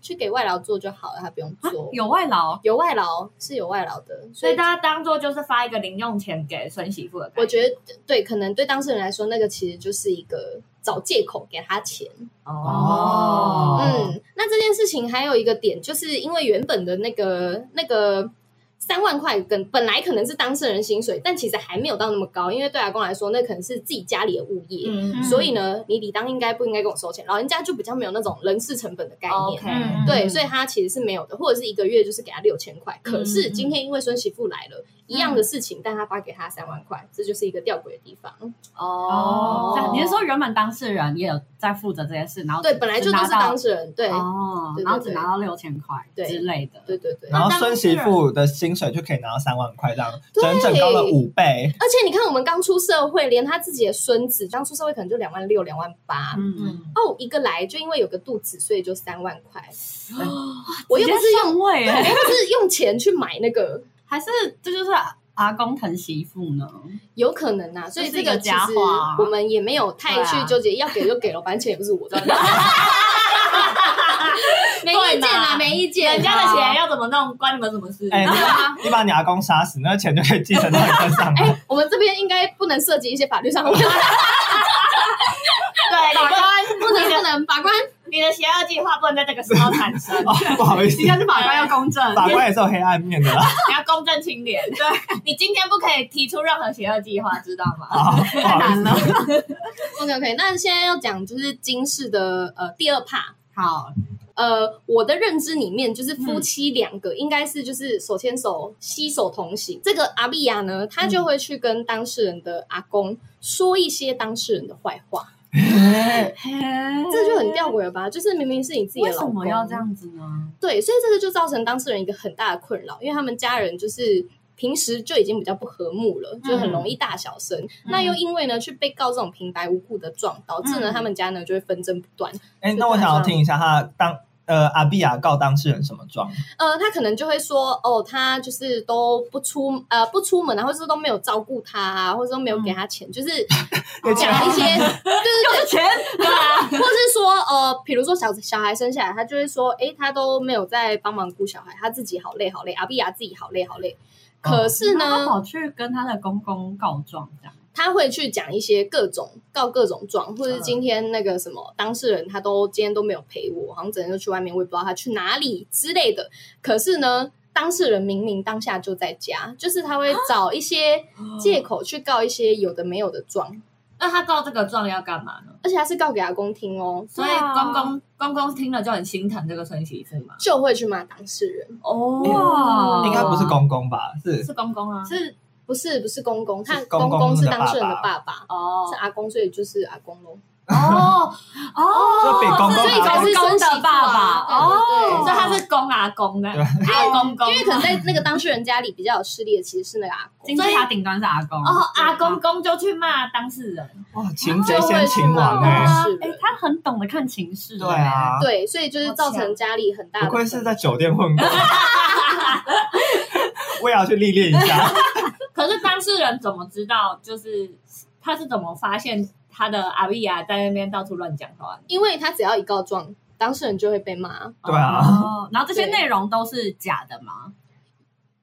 [SPEAKER 3] 去给外劳做就好了，他不用做。
[SPEAKER 4] 啊有外劳，
[SPEAKER 3] 有外劳是有外劳的，
[SPEAKER 1] 所
[SPEAKER 3] 所
[SPEAKER 1] 以
[SPEAKER 3] 以
[SPEAKER 1] 大家当做就是发一个零用钱给孙媳妇的感觉。
[SPEAKER 3] 我觉得对，可能对当事人来说，那个其实就是一个找借口给他钱。嗯
[SPEAKER 2] 哦
[SPEAKER 4] 哦
[SPEAKER 3] 嗯，那这件事情还有一个点，就是因为原本的那个那个三万块跟本来可能是当事人薪水，但其实还没有到那么高，因为对阿公来说，那可能是自己家里的物业，
[SPEAKER 1] 嗯
[SPEAKER 3] 所以呢，你理当应该不应该跟我收钱？老人家就比较没有那种人事成本的概念。
[SPEAKER 1] 哦，OK，
[SPEAKER 4] 嗯
[SPEAKER 3] 对，所以他其实是没有的，或者是一个月就是给他六千块。可
[SPEAKER 1] 嗯
[SPEAKER 3] 是今天因为孙媳妇来了，一样的事情，但他发给他三万块，这就是一个吊诡的地方。
[SPEAKER 1] 哦
[SPEAKER 4] 哦，这样你是说原本当事人也有在负责这件事，然后
[SPEAKER 3] 对，本来就都是当事人，对
[SPEAKER 4] 只拿到哦
[SPEAKER 3] 对对，对
[SPEAKER 4] 然后只拿到六千块
[SPEAKER 3] 对
[SPEAKER 4] 之类的，
[SPEAKER 3] 对对对。
[SPEAKER 2] 然后
[SPEAKER 1] 当
[SPEAKER 2] 孙媳
[SPEAKER 1] 事人
[SPEAKER 2] 妇的薪水就可以拿到三万块，这样
[SPEAKER 3] 对
[SPEAKER 2] 整整高了五倍。
[SPEAKER 3] 而且你看，我们刚出社会，连他自己的孙子刚出社会，可能就两万六、两万八。
[SPEAKER 4] 嗯，
[SPEAKER 1] 嗯，
[SPEAKER 3] 哦，一个来就因为有个肚子，所以就三万块。
[SPEAKER 4] 哦
[SPEAKER 3] 我又不是用，
[SPEAKER 4] 用位
[SPEAKER 3] 我
[SPEAKER 4] 耶，
[SPEAKER 3] 又不是用钱去买那个，
[SPEAKER 4] 还是这就是阿公疼媳妇呢？
[SPEAKER 3] 有可能啊。所以这个其
[SPEAKER 4] 这是一个
[SPEAKER 3] 实
[SPEAKER 4] 佳话啊
[SPEAKER 3] 我们也没有太
[SPEAKER 4] 对
[SPEAKER 3] 去
[SPEAKER 4] 啊
[SPEAKER 3] 纠结，要给就给了，反正钱也不是 我的。
[SPEAKER 1] 嗯
[SPEAKER 3] 没意见
[SPEAKER 1] 对嘛
[SPEAKER 3] 啦，没意见。啊
[SPEAKER 1] 人家的钱要怎么弄，关你们什么事？
[SPEAKER 2] 哎、 你把你阿公杀死，那钱就可以继承到你身上了。
[SPEAKER 3] 我们这边应该不能涉及一些法律上 的问题，
[SPEAKER 1] 对，法官
[SPEAKER 3] 不能不能，法官
[SPEAKER 1] 你的邪恶计划不能在这个时候产 生，
[SPEAKER 2] 哦，不好意思
[SPEAKER 4] 应，该是法官要公正，
[SPEAKER 2] 法官也是有黑暗面的啦。
[SPEAKER 1] 你要公正清廉。对，你今天不可以提出任何邪恶计划，知道吗？
[SPEAKER 2] 好，不好意
[SPEAKER 4] 难了
[SPEAKER 2] 思。。
[SPEAKER 3] OK OK。那现在要讲就是金氏的呃第二趴，
[SPEAKER 4] 好，
[SPEAKER 3] 呃，我的认知里面，就是
[SPEAKER 4] 嗯
[SPEAKER 3] 夫妻两个应该是就是手牵手、携手同行。这个阿碧亚呢，他就会去跟当事人的阿公说一些当事人的坏话，这
[SPEAKER 4] 这
[SPEAKER 3] 就很吊诡了吧？就是明明是你自己
[SPEAKER 4] 嗯为
[SPEAKER 3] 的老
[SPEAKER 4] 什
[SPEAKER 3] 公，
[SPEAKER 4] 么要这？样子呢？
[SPEAKER 3] 对，所以这个就造成当事人一个很大的困扰，因为他们家人就是。平时就已经比较不和睦
[SPEAKER 4] 嗯
[SPEAKER 3] 了，就很容易大小声。那又因为呢，去被告这种平白无故的撞，导致呢、
[SPEAKER 4] 嗯
[SPEAKER 3] 他们家呢就会纷争不断。
[SPEAKER 2] 哎、那我想要听一下他当呃阿碧雅告当事人什么状？
[SPEAKER 3] 呃，他可能就会说，哦，他就是都不出呃不出门啊，或者是都没有照顾他啊，或者说没有给他钱，就是讲一些，
[SPEAKER 4] 就是钱，
[SPEAKER 1] 对啊，
[SPEAKER 3] 或是说呃，比如说小小孩生下来，他就会说，诶，他都没有在帮忙顾小孩，他自己好累好累，阿碧亚自己好累好累。可是
[SPEAKER 4] 他
[SPEAKER 3] 呢，
[SPEAKER 4] 跑去跟他的公公告状，这样
[SPEAKER 3] 他会去讲一些各种告各种状，或者
[SPEAKER 2] 嗯
[SPEAKER 3] 是今天那个什么当事人他都今天都没有陪我，好像整天都去外面，我也不知道他去哪里之类的。可是呢，当事人明明当下就在家，就是他会找一些借口去告一些有的没有的状，
[SPEAKER 1] 那他告这个状要干嘛呢？
[SPEAKER 3] 而且他是告给阿公听哦，
[SPEAKER 1] 所以
[SPEAKER 4] 对啊
[SPEAKER 1] 公公公公听了就很心疼这个孙媳妇嘛。
[SPEAKER 3] 就会去骂当事人。
[SPEAKER 1] 哦
[SPEAKER 2] 应该不是公公吧？是
[SPEAKER 3] 哦
[SPEAKER 1] 是公公啊，
[SPEAKER 4] 是
[SPEAKER 3] 不是不是公公，他
[SPEAKER 2] 是公公
[SPEAKER 3] 公是
[SPEAKER 2] 的
[SPEAKER 3] 当事人的
[SPEAKER 2] 爸
[SPEAKER 3] 爸爸，
[SPEAKER 1] 哦
[SPEAKER 3] 是阿公，所以就是阿公喽。
[SPEAKER 1] 哦，
[SPEAKER 4] 哦，
[SPEAKER 2] 就比公公
[SPEAKER 3] 所以才
[SPEAKER 2] 还
[SPEAKER 3] 是孙媳妇
[SPEAKER 4] 公的爸
[SPEAKER 3] 啊
[SPEAKER 4] 爸
[SPEAKER 3] 对对对
[SPEAKER 4] 哦
[SPEAKER 1] 所以他是公阿公的
[SPEAKER 2] 对
[SPEAKER 1] 阿公公，
[SPEAKER 3] 因为可能在那个当事人家里比较有势力的，其实是那个阿公。
[SPEAKER 4] 金字塔顶端是阿公
[SPEAKER 1] 哦阿公公就去骂当事人，
[SPEAKER 2] 哇，擒贼先擒王
[SPEAKER 3] 对
[SPEAKER 2] 哎、
[SPEAKER 3] 啊
[SPEAKER 4] 哎，他很懂得看情势，
[SPEAKER 2] 对，啊，
[SPEAKER 3] 对，啊所以就是造成家里很大的
[SPEAKER 2] 不愧是
[SPEAKER 3] 分
[SPEAKER 2] 在酒店混过， 我也要去历练一下。
[SPEAKER 1] 可是当事人怎么知道？就是他是怎么发现他的阿碧亚在那边到处乱讲话的？
[SPEAKER 3] 因为他只要一告状，当事人就会被骂。
[SPEAKER 2] 对啊，
[SPEAKER 4] 哦，然后这些内容都是假的吗？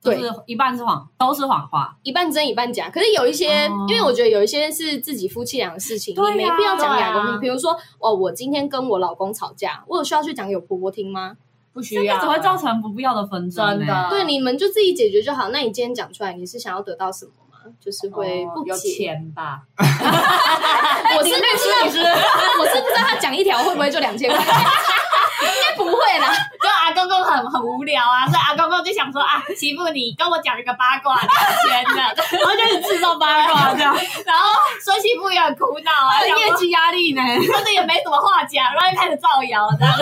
[SPEAKER 3] 对
[SPEAKER 4] 就是一半是谎，都是谎话。
[SPEAKER 3] 一半真一半假，可是有一些，
[SPEAKER 4] 哦
[SPEAKER 3] 因为我觉得有一些是自己夫妻俩的事情，
[SPEAKER 4] 对啊
[SPEAKER 3] 你没必要讲
[SPEAKER 1] 对
[SPEAKER 3] 给
[SPEAKER 1] 啊
[SPEAKER 3] 老公听。比如说，哦，我今天跟我老公吵架，我有需要去讲给我婆婆听吗？
[SPEAKER 1] 不需
[SPEAKER 4] 这
[SPEAKER 1] 要，啊
[SPEAKER 4] 样只会造成不必要的纷争欸。
[SPEAKER 1] 真的
[SPEAKER 3] 对，你们就自己解决就好。那你今天讲出来，你是想要得到什么吗？就是会
[SPEAKER 1] 哦
[SPEAKER 3] 不
[SPEAKER 1] 有
[SPEAKER 3] 解。
[SPEAKER 1] 钱吧？
[SPEAKER 3] 我哎是不知道，我是不知道他讲一条会不会就两千块，应该不会啦。
[SPEAKER 1] 就阿公公很很无聊啊，所以阿公公就想说啊，媳妇你跟我讲一个八卦两千的，
[SPEAKER 4] 然后就是制造八卦这样，
[SPEAKER 1] 然后孙媳妇也很苦恼啊，想说
[SPEAKER 4] 绩压力呢？
[SPEAKER 1] 真的也没什么话讲，然后就开始造谣这样。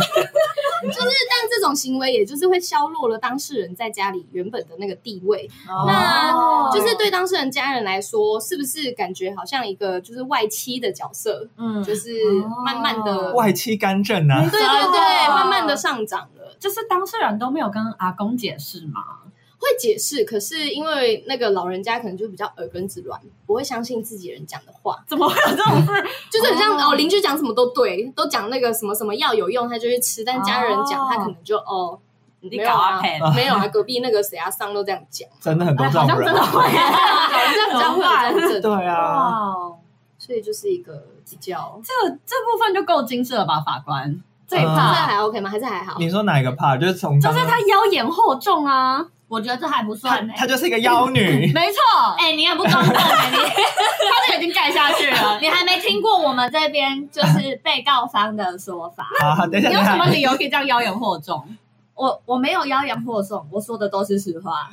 [SPEAKER 3] 但这种行为也就是会削弱了当事人在家里原本的那个地位，
[SPEAKER 1] 那
[SPEAKER 3] 就是对当事人家人来说，是不是感觉好像一个就是外戚的角色，
[SPEAKER 1] 嗯
[SPEAKER 3] 就是
[SPEAKER 4] 哦
[SPEAKER 3] 慢慢的，
[SPEAKER 2] 外戚干政啊
[SPEAKER 3] 对，对
[SPEAKER 1] 真的
[SPEAKER 3] 对，慢慢的上涨了。
[SPEAKER 4] 就是当事人都没有跟阿公解释嘛，
[SPEAKER 3] 会解释，可是因为那个老人家可能就比较耳根子软，不会相信自己人讲的话，
[SPEAKER 4] 怎么会有这 种事？
[SPEAKER 3] 就是很像
[SPEAKER 4] 哦
[SPEAKER 3] 哦，邻居讲什么都对，都讲那个什么什么药有用，他就去吃，但家人讲
[SPEAKER 4] 哦
[SPEAKER 3] 他可能就哦，没
[SPEAKER 4] 你
[SPEAKER 3] 有
[SPEAKER 4] 搞阿
[SPEAKER 3] 啊，
[SPEAKER 4] 培，
[SPEAKER 3] 没有啊，隔壁那个谁啊，上都这样讲，
[SPEAKER 2] 真的很多
[SPEAKER 4] 哎
[SPEAKER 2] 这
[SPEAKER 4] 好像
[SPEAKER 2] 种
[SPEAKER 4] 真的
[SPEAKER 2] 人。
[SPEAKER 4] 会。
[SPEAKER 3] 老人家比较会有这种症状
[SPEAKER 2] 对啊，
[SPEAKER 1] 嗯
[SPEAKER 4] 哦，
[SPEAKER 3] 所以就是一个比较，
[SPEAKER 4] 这这部分就够精致了吧，法官？这一
[SPEAKER 3] 这
[SPEAKER 2] 啊
[SPEAKER 1] 嗯
[SPEAKER 4] 怕
[SPEAKER 3] 还 OK 吗？还是还好？
[SPEAKER 2] 你说哪一个怕？就是从
[SPEAKER 4] 就
[SPEAKER 2] 刚
[SPEAKER 4] 是
[SPEAKER 2] 刚
[SPEAKER 4] 他妖言惑众啊，，
[SPEAKER 1] 我觉得这还不
[SPEAKER 2] 她
[SPEAKER 1] 算呢、
[SPEAKER 2] 她就是一个妖 女
[SPEAKER 4] 没错，
[SPEAKER 1] 哎、你很不公正哎、你。
[SPEAKER 4] 他就已经盖下去了
[SPEAKER 1] 你还没听过我们这边就是被告方的说法。
[SPEAKER 2] 好，等一下，
[SPEAKER 4] 你有
[SPEAKER 2] 等一
[SPEAKER 4] 什么
[SPEAKER 2] 下，
[SPEAKER 4] 理由可以这样妖言惑众？
[SPEAKER 1] 我我没有妖言惑众，我说的都是实话。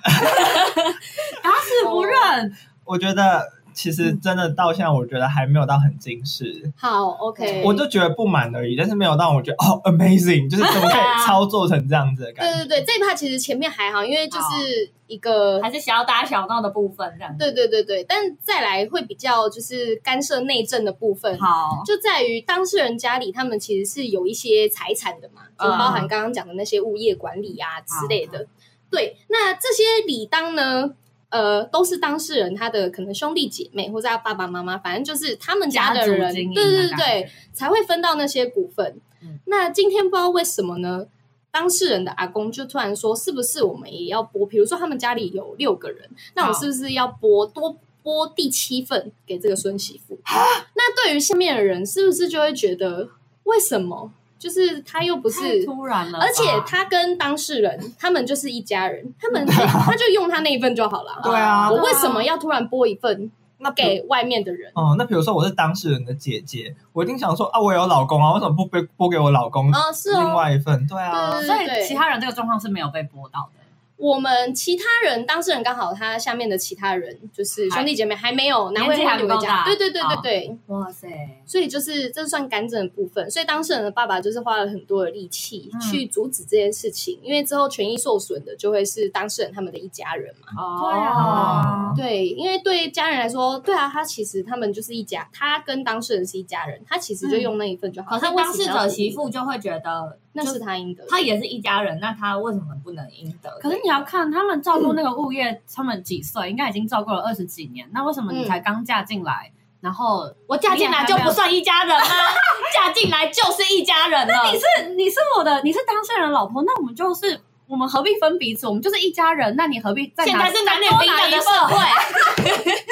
[SPEAKER 4] 打死不认，
[SPEAKER 2] 我觉得其
[SPEAKER 4] 嗯
[SPEAKER 2] 实真的到现在，我觉得还没有到很惊世，
[SPEAKER 3] 好，OK，
[SPEAKER 2] 我就觉得不满而已，但是没有到我觉得哦 amazing，就是怎么可以操作成这样子的感
[SPEAKER 3] 对
[SPEAKER 2] 觉？
[SPEAKER 3] 对对，这一趴其实前面还好，因为就是一个
[SPEAKER 1] 还是小打小闹的部分这样子。
[SPEAKER 3] 对对对对，但再来会比较就是干涉内政的部分，
[SPEAKER 4] 好，
[SPEAKER 3] 就在于当事人家里他们其实是有一些财产的嘛，就
[SPEAKER 4] 嗯
[SPEAKER 3] 包含刚刚讲的那些物业管理啊之类的。
[SPEAKER 4] 啊
[SPEAKER 3] 对，那这些理当呢，呃，都是当事人他的可能兄弟姐妹或者他爸爸妈妈，反正就是他们家的
[SPEAKER 4] 家
[SPEAKER 3] 人，
[SPEAKER 4] 族
[SPEAKER 3] 对
[SPEAKER 4] 经营啊
[SPEAKER 3] 对
[SPEAKER 4] 的
[SPEAKER 3] 对
[SPEAKER 4] 感觉
[SPEAKER 3] 对，才会分到那些股份。
[SPEAKER 4] 嗯
[SPEAKER 3] 那今天不知道为什么呢？当事人的阿公就突然说：“是不是我们也要拨？比如说他们家里有六个人，那我们
[SPEAKER 4] 好
[SPEAKER 3] 是不是要拨多拨第七份给这个孙媳妇？”
[SPEAKER 4] 啊
[SPEAKER 3] 那对于下面的人，是不是就会觉得为什么？就是他又不
[SPEAKER 4] 太
[SPEAKER 3] 是，
[SPEAKER 4] 突然了吧，
[SPEAKER 3] 而且他跟当事人他们就是一家人，他
[SPEAKER 4] 嗯
[SPEAKER 3] 们 他就用他那一份就好了。
[SPEAKER 2] 对啊
[SPEAKER 3] 我为什么要突然拨一份
[SPEAKER 2] 那比如
[SPEAKER 3] 给外面的人？
[SPEAKER 2] 哦、那比如说我是当事人的姐姐，我一定想说啊，我有老公啊，为什么不拨拨给我老公
[SPEAKER 4] 嗯
[SPEAKER 3] 啊、是
[SPEAKER 2] 另
[SPEAKER 3] 哦，
[SPEAKER 2] 外一份？对啊，
[SPEAKER 3] 对
[SPEAKER 4] 所以其他人这个状况是没有被波到的。
[SPEAKER 3] 我们其他人当事人刚好他下面的其他人就是
[SPEAKER 4] 还
[SPEAKER 3] 兄弟姐妹还没有拿
[SPEAKER 4] 年
[SPEAKER 3] 回
[SPEAKER 4] 纪还不
[SPEAKER 3] 婚礼
[SPEAKER 4] 够
[SPEAKER 3] 回家，
[SPEAKER 4] 大
[SPEAKER 3] 对对对对
[SPEAKER 4] 好
[SPEAKER 3] 对。
[SPEAKER 1] 哇塞，
[SPEAKER 3] 所以就是这算干政的部分，所以当事人的爸爸就是花了很多的力气
[SPEAKER 4] 嗯
[SPEAKER 3] 去阻止这件事情，因为之后权益受损的就会是当事人他们的一家人
[SPEAKER 2] 啊
[SPEAKER 3] 嘛。
[SPEAKER 4] 哦，
[SPEAKER 3] 对，因为对家人来说，对啊，他其实他们就是一家，他跟当事人是一家人，他其实就用那一份就
[SPEAKER 4] 嗯
[SPEAKER 3] 好。
[SPEAKER 1] 可
[SPEAKER 3] 他
[SPEAKER 1] 是
[SPEAKER 3] 为什
[SPEAKER 1] 当
[SPEAKER 3] 么
[SPEAKER 1] 事
[SPEAKER 3] 要
[SPEAKER 1] 者
[SPEAKER 3] 独
[SPEAKER 1] 媳
[SPEAKER 3] 立
[SPEAKER 1] 妇就会觉得，
[SPEAKER 3] 那
[SPEAKER 1] 就是
[SPEAKER 3] 他应得的，
[SPEAKER 1] 他也是一家人，那他为什么不能赢得？
[SPEAKER 4] 可是你要看他们照顾那个物业，他们几岁？应该已经照顾了二十几年，那为什么你
[SPEAKER 1] 嗯
[SPEAKER 4] 才刚嫁进来？然后
[SPEAKER 1] 我嫁进来就不算一家人吗？ 嫁进来就是一家人了。
[SPEAKER 4] 你是你是我的，你是当事人的老婆，那我们就是我们何必分彼此？我们就是一家人，那你何必再
[SPEAKER 1] 现
[SPEAKER 4] 拿
[SPEAKER 1] 在是男女平等的社会。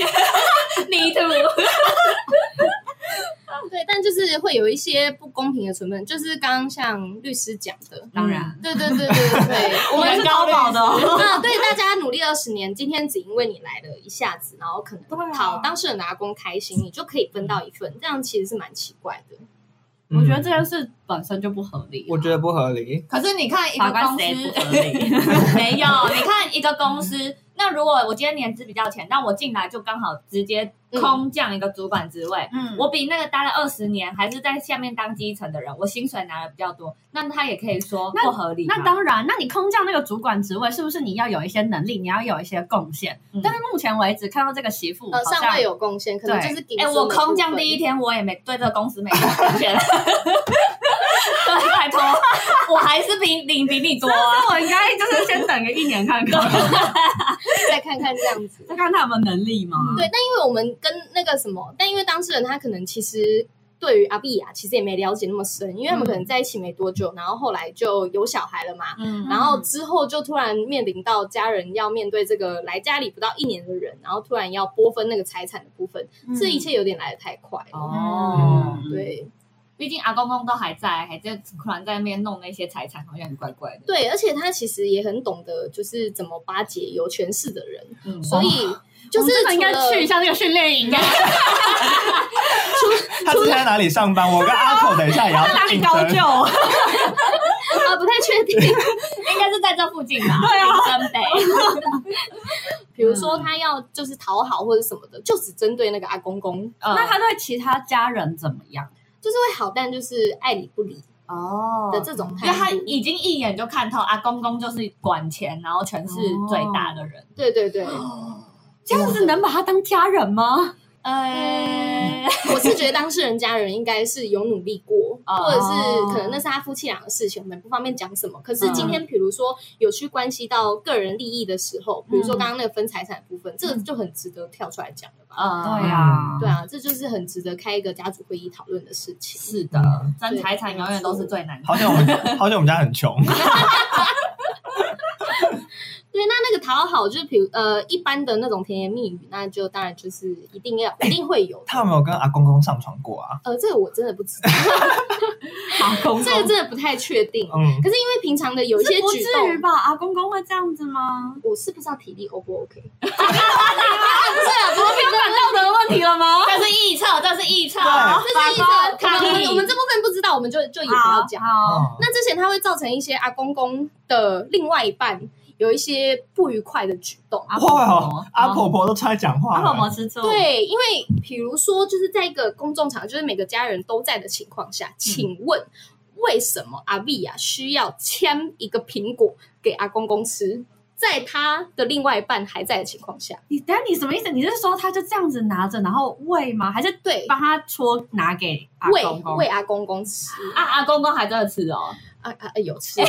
[SPEAKER 4] 你的？
[SPEAKER 3] 对，但就是会有一些不公平的成分，就是刚刚像律师讲的，
[SPEAKER 4] 当然，
[SPEAKER 3] 对对对对对 对，我们
[SPEAKER 4] 很高保的哦
[SPEAKER 3] 啊，对，大家努力二十年，今天只因为你来了一下子，然后可能
[SPEAKER 4] 对啊
[SPEAKER 3] 讨当事人拿公开心，你就可以分到一份，这样其实是蛮奇怪的。
[SPEAKER 2] 嗯
[SPEAKER 4] 我觉得这件事本身就不合理。
[SPEAKER 2] 我觉得不合 理。
[SPEAKER 1] 可是你看一
[SPEAKER 4] 法
[SPEAKER 1] 个
[SPEAKER 4] 官
[SPEAKER 1] 公
[SPEAKER 4] 谁不
[SPEAKER 1] 司，
[SPEAKER 4] 合理？
[SPEAKER 1] 没有，你看一个公司，那如果我今天年资比较浅，那我进来就刚好直接空降一个主管职位。
[SPEAKER 4] 嗯
[SPEAKER 1] 我比那个待了二十年，还是在下面当基层的人，我薪水拿的比较多，那他也可以说
[SPEAKER 4] 那
[SPEAKER 1] 不合理吗。
[SPEAKER 4] 那当然，那你空降那个主管职位，是不是你要有一些能力，你要有一些贡献？
[SPEAKER 1] 嗯
[SPEAKER 4] 但是目前为止，看到这个媳妇好
[SPEAKER 3] 呃，
[SPEAKER 4] 像
[SPEAKER 3] 上位有贡献，可能就是顶
[SPEAKER 1] 哎、
[SPEAKER 3] 住
[SPEAKER 1] 我
[SPEAKER 3] 的
[SPEAKER 1] 空
[SPEAKER 3] 部
[SPEAKER 1] 降
[SPEAKER 3] 分
[SPEAKER 1] 第一，天，我也没对这个公司没贡 献。拜托，我还是比领比你多 啊！
[SPEAKER 4] 那 我应该就是先等个一年看 看，
[SPEAKER 3] 再看看这样子。
[SPEAKER 4] 再 看他有没有能力嘛。
[SPEAKER 1] 嗯
[SPEAKER 3] 对，但 因为我们跟那个什么，但因为当事人他可能其实对于阿碧啊雅其实也没了解那么深，因为他们可能在一起没多久，然后后来就有小孩了嘛，
[SPEAKER 1] 嗯
[SPEAKER 3] 然后之后就突然面临到家人要面对这个来家里不到一年的人，然后突然要拨分那个财产的部分，这一切有点来得太快了。
[SPEAKER 1] 嗯哦，
[SPEAKER 4] 嗯
[SPEAKER 3] 对
[SPEAKER 1] 毕竟阿公公都还在，还在突然在那边弄那些财产，好像很怪怪的。
[SPEAKER 3] 对，而且他其实也很懂得就是怎么巴结有权势的人，
[SPEAKER 1] 嗯，
[SPEAKER 3] 所以
[SPEAKER 4] 哦我
[SPEAKER 3] 就
[SPEAKER 4] 们
[SPEAKER 3] 是
[SPEAKER 4] 真的应该
[SPEAKER 3] 除了
[SPEAKER 4] 去一下那个训练营，
[SPEAKER 2] 他之前在哪里上班？我跟阿口等一 下也要
[SPEAKER 4] 哪里
[SPEAKER 2] 竞
[SPEAKER 4] 高
[SPEAKER 2] 争。
[SPEAKER 4] 就？
[SPEAKER 3] 啊，不太确定。
[SPEAKER 1] 应该是在这附近吧？
[SPEAKER 4] 对
[SPEAKER 1] 啊，真北。
[SPEAKER 3] 比如说他要就是讨好或者什么的，就只针对那个阿公公，
[SPEAKER 4] 那
[SPEAKER 1] 那
[SPEAKER 4] 他对其他家人怎么样？
[SPEAKER 3] 就是会好，但就是爱理不理
[SPEAKER 1] 哦
[SPEAKER 3] 的这种态
[SPEAKER 1] 因为他
[SPEAKER 3] 度。
[SPEAKER 1] 已经一眼就看透阿公公就是管钱，然后权势
[SPEAKER 4] 哦
[SPEAKER 1] 最大的人。
[SPEAKER 3] 对对对，
[SPEAKER 4] 这样
[SPEAKER 3] 嗯
[SPEAKER 4] 子能把他当家人吗？
[SPEAKER 1] 呃，
[SPEAKER 4] 嗯
[SPEAKER 3] 我是觉得当事人家人应该是有努力过，
[SPEAKER 1] 哦
[SPEAKER 3] 或者是可能那是他夫妻俩的事情，我们不方便讲什么。可是今
[SPEAKER 4] 嗯
[SPEAKER 3] 天比如说有去关系到个人利益的时候，比如
[SPEAKER 4] 嗯
[SPEAKER 3] 说刚刚那个分财产的部分，这个就很值得跳出来讲了吧？
[SPEAKER 1] 呃，
[SPEAKER 4] 对啊，
[SPEAKER 3] 对啊，这就是很值得开一个家族会议讨论的事情。
[SPEAKER 1] 是的，
[SPEAKER 4] 嗯
[SPEAKER 1] 争财产永远都是最难的。
[SPEAKER 2] 好像我们，好像我们家很穷。
[SPEAKER 3] 对，那那个讨好，就是比如呃一般的那种甜言蜜语，那就当然就是一定要一定会有的。
[SPEAKER 2] 他有没有跟阿公公上床过啊？
[SPEAKER 3] 呃，这个我真的不知道，
[SPEAKER 4] 好公
[SPEAKER 3] 这个真的不太确定。
[SPEAKER 2] 嗯
[SPEAKER 3] 可，是因为平常的有一些
[SPEAKER 4] 哦这不
[SPEAKER 3] 举
[SPEAKER 4] 至于
[SPEAKER 3] 动，
[SPEAKER 4] 吧？阿公公会这样子吗？
[SPEAKER 3] 我是不知道体力 O 不 OK。
[SPEAKER 4] 我们有管道德问题了吗？
[SPEAKER 1] 这是臆测，这是臆测。啊
[SPEAKER 2] 对
[SPEAKER 3] 这是一个
[SPEAKER 1] 法官
[SPEAKER 3] 我
[SPEAKER 1] 抗议
[SPEAKER 3] 们我们这部分不知道，我们就就也不要讲。
[SPEAKER 4] 好，
[SPEAKER 2] 哦
[SPEAKER 3] 那之前它会造成一些阿公公的另外一半有一些不愉快的举动。啊
[SPEAKER 4] 阿
[SPEAKER 2] 哇
[SPEAKER 4] 婆
[SPEAKER 2] 哦，，阿婆婆都出来讲话
[SPEAKER 4] 阿
[SPEAKER 2] 了，
[SPEAKER 4] 婆婆吃醋，，
[SPEAKER 3] 对，因为比如说，就是在一个公众场合，就是每个家人都在的情况下，请问为什么阿碧呀需要签一个苹果给阿公公吃？在他的另外一半还在的情况下，
[SPEAKER 4] 你等下你什么意思？你是说他就这样子拿着，然后喂吗？还是
[SPEAKER 3] 对，
[SPEAKER 4] 帮他戳拿给阿
[SPEAKER 3] 喂
[SPEAKER 4] 公公？
[SPEAKER 3] 喂阿公公吃，
[SPEAKER 1] 啊啊！公公还真的吃哦，
[SPEAKER 3] 啊啊啊有
[SPEAKER 4] 哎
[SPEAKER 3] 吃，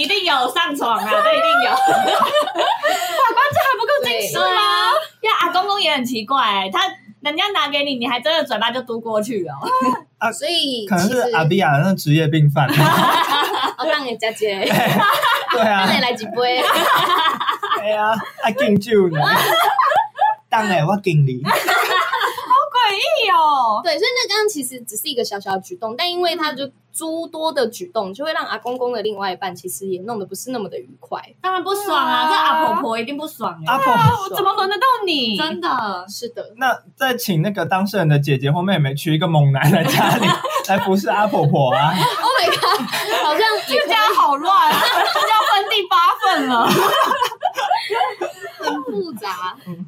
[SPEAKER 1] 一定有上床啊，这一定有。
[SPEAKER 4] 还不够精
[SPEAKER 3] 对
[SPEAKER 4] 神
[SPEAKER 1] 对
[SPEAKER 4] 吗？
[SPEAKER 1] 啊，因为阿公公也很奇怪、欸他人家拿给你，你还真的嘴巴就嘟过去了。
[SPEAKER 3] 所以
[SPEAKER 2] 可能
[SPEAKER 3] 其实
[SPEAKER 2] 是阿比亚的那职业病犯。
[SPEAKER 3] 哦，当然姐姐，
[SPEAKER 2] 对
[SPEAKER 3] 当，
[SPEAKER 2] 啊
[SPEAKER 3] 然来几杯，
[SPEAKER 2] 哎呀，爱敬酒呢。当然我敬你，
[SPEAKER 4] 诡异哦，
[SPEAKER 3] 对，所以那刚刚其实只是一个小小的举动，但因为他就诸多的举动，就会让阿公公的另外一半其实也弄得不是那么的愉快。
[SPEAKER 1] 当然不爽啊，
[SPEAKER 4] 对啊啊
[SPEAKER 1] 这阿婆婆一定不爽哎、
[SPEAKER 2] 阿
[SPEAKER 3] 哦
[SPEAKER 2] 婆。
[SPEAKER 4] 我怎么轮得到你？
[SPEAKER 1] 真的。
[SPEAKER 3] 是的，
[SPEAKER 2] 那再请那个当事人的姐姐或妹妹娶一个猛男来家里来服侍阿婆婆啊，
[SPEAKER 3] Oh my god，好像也
[SPEAKER 4] 这家好乱，要分第八份了。
[SPEAKER 3] 很复 杂
[SPEAKER 2] 嗯。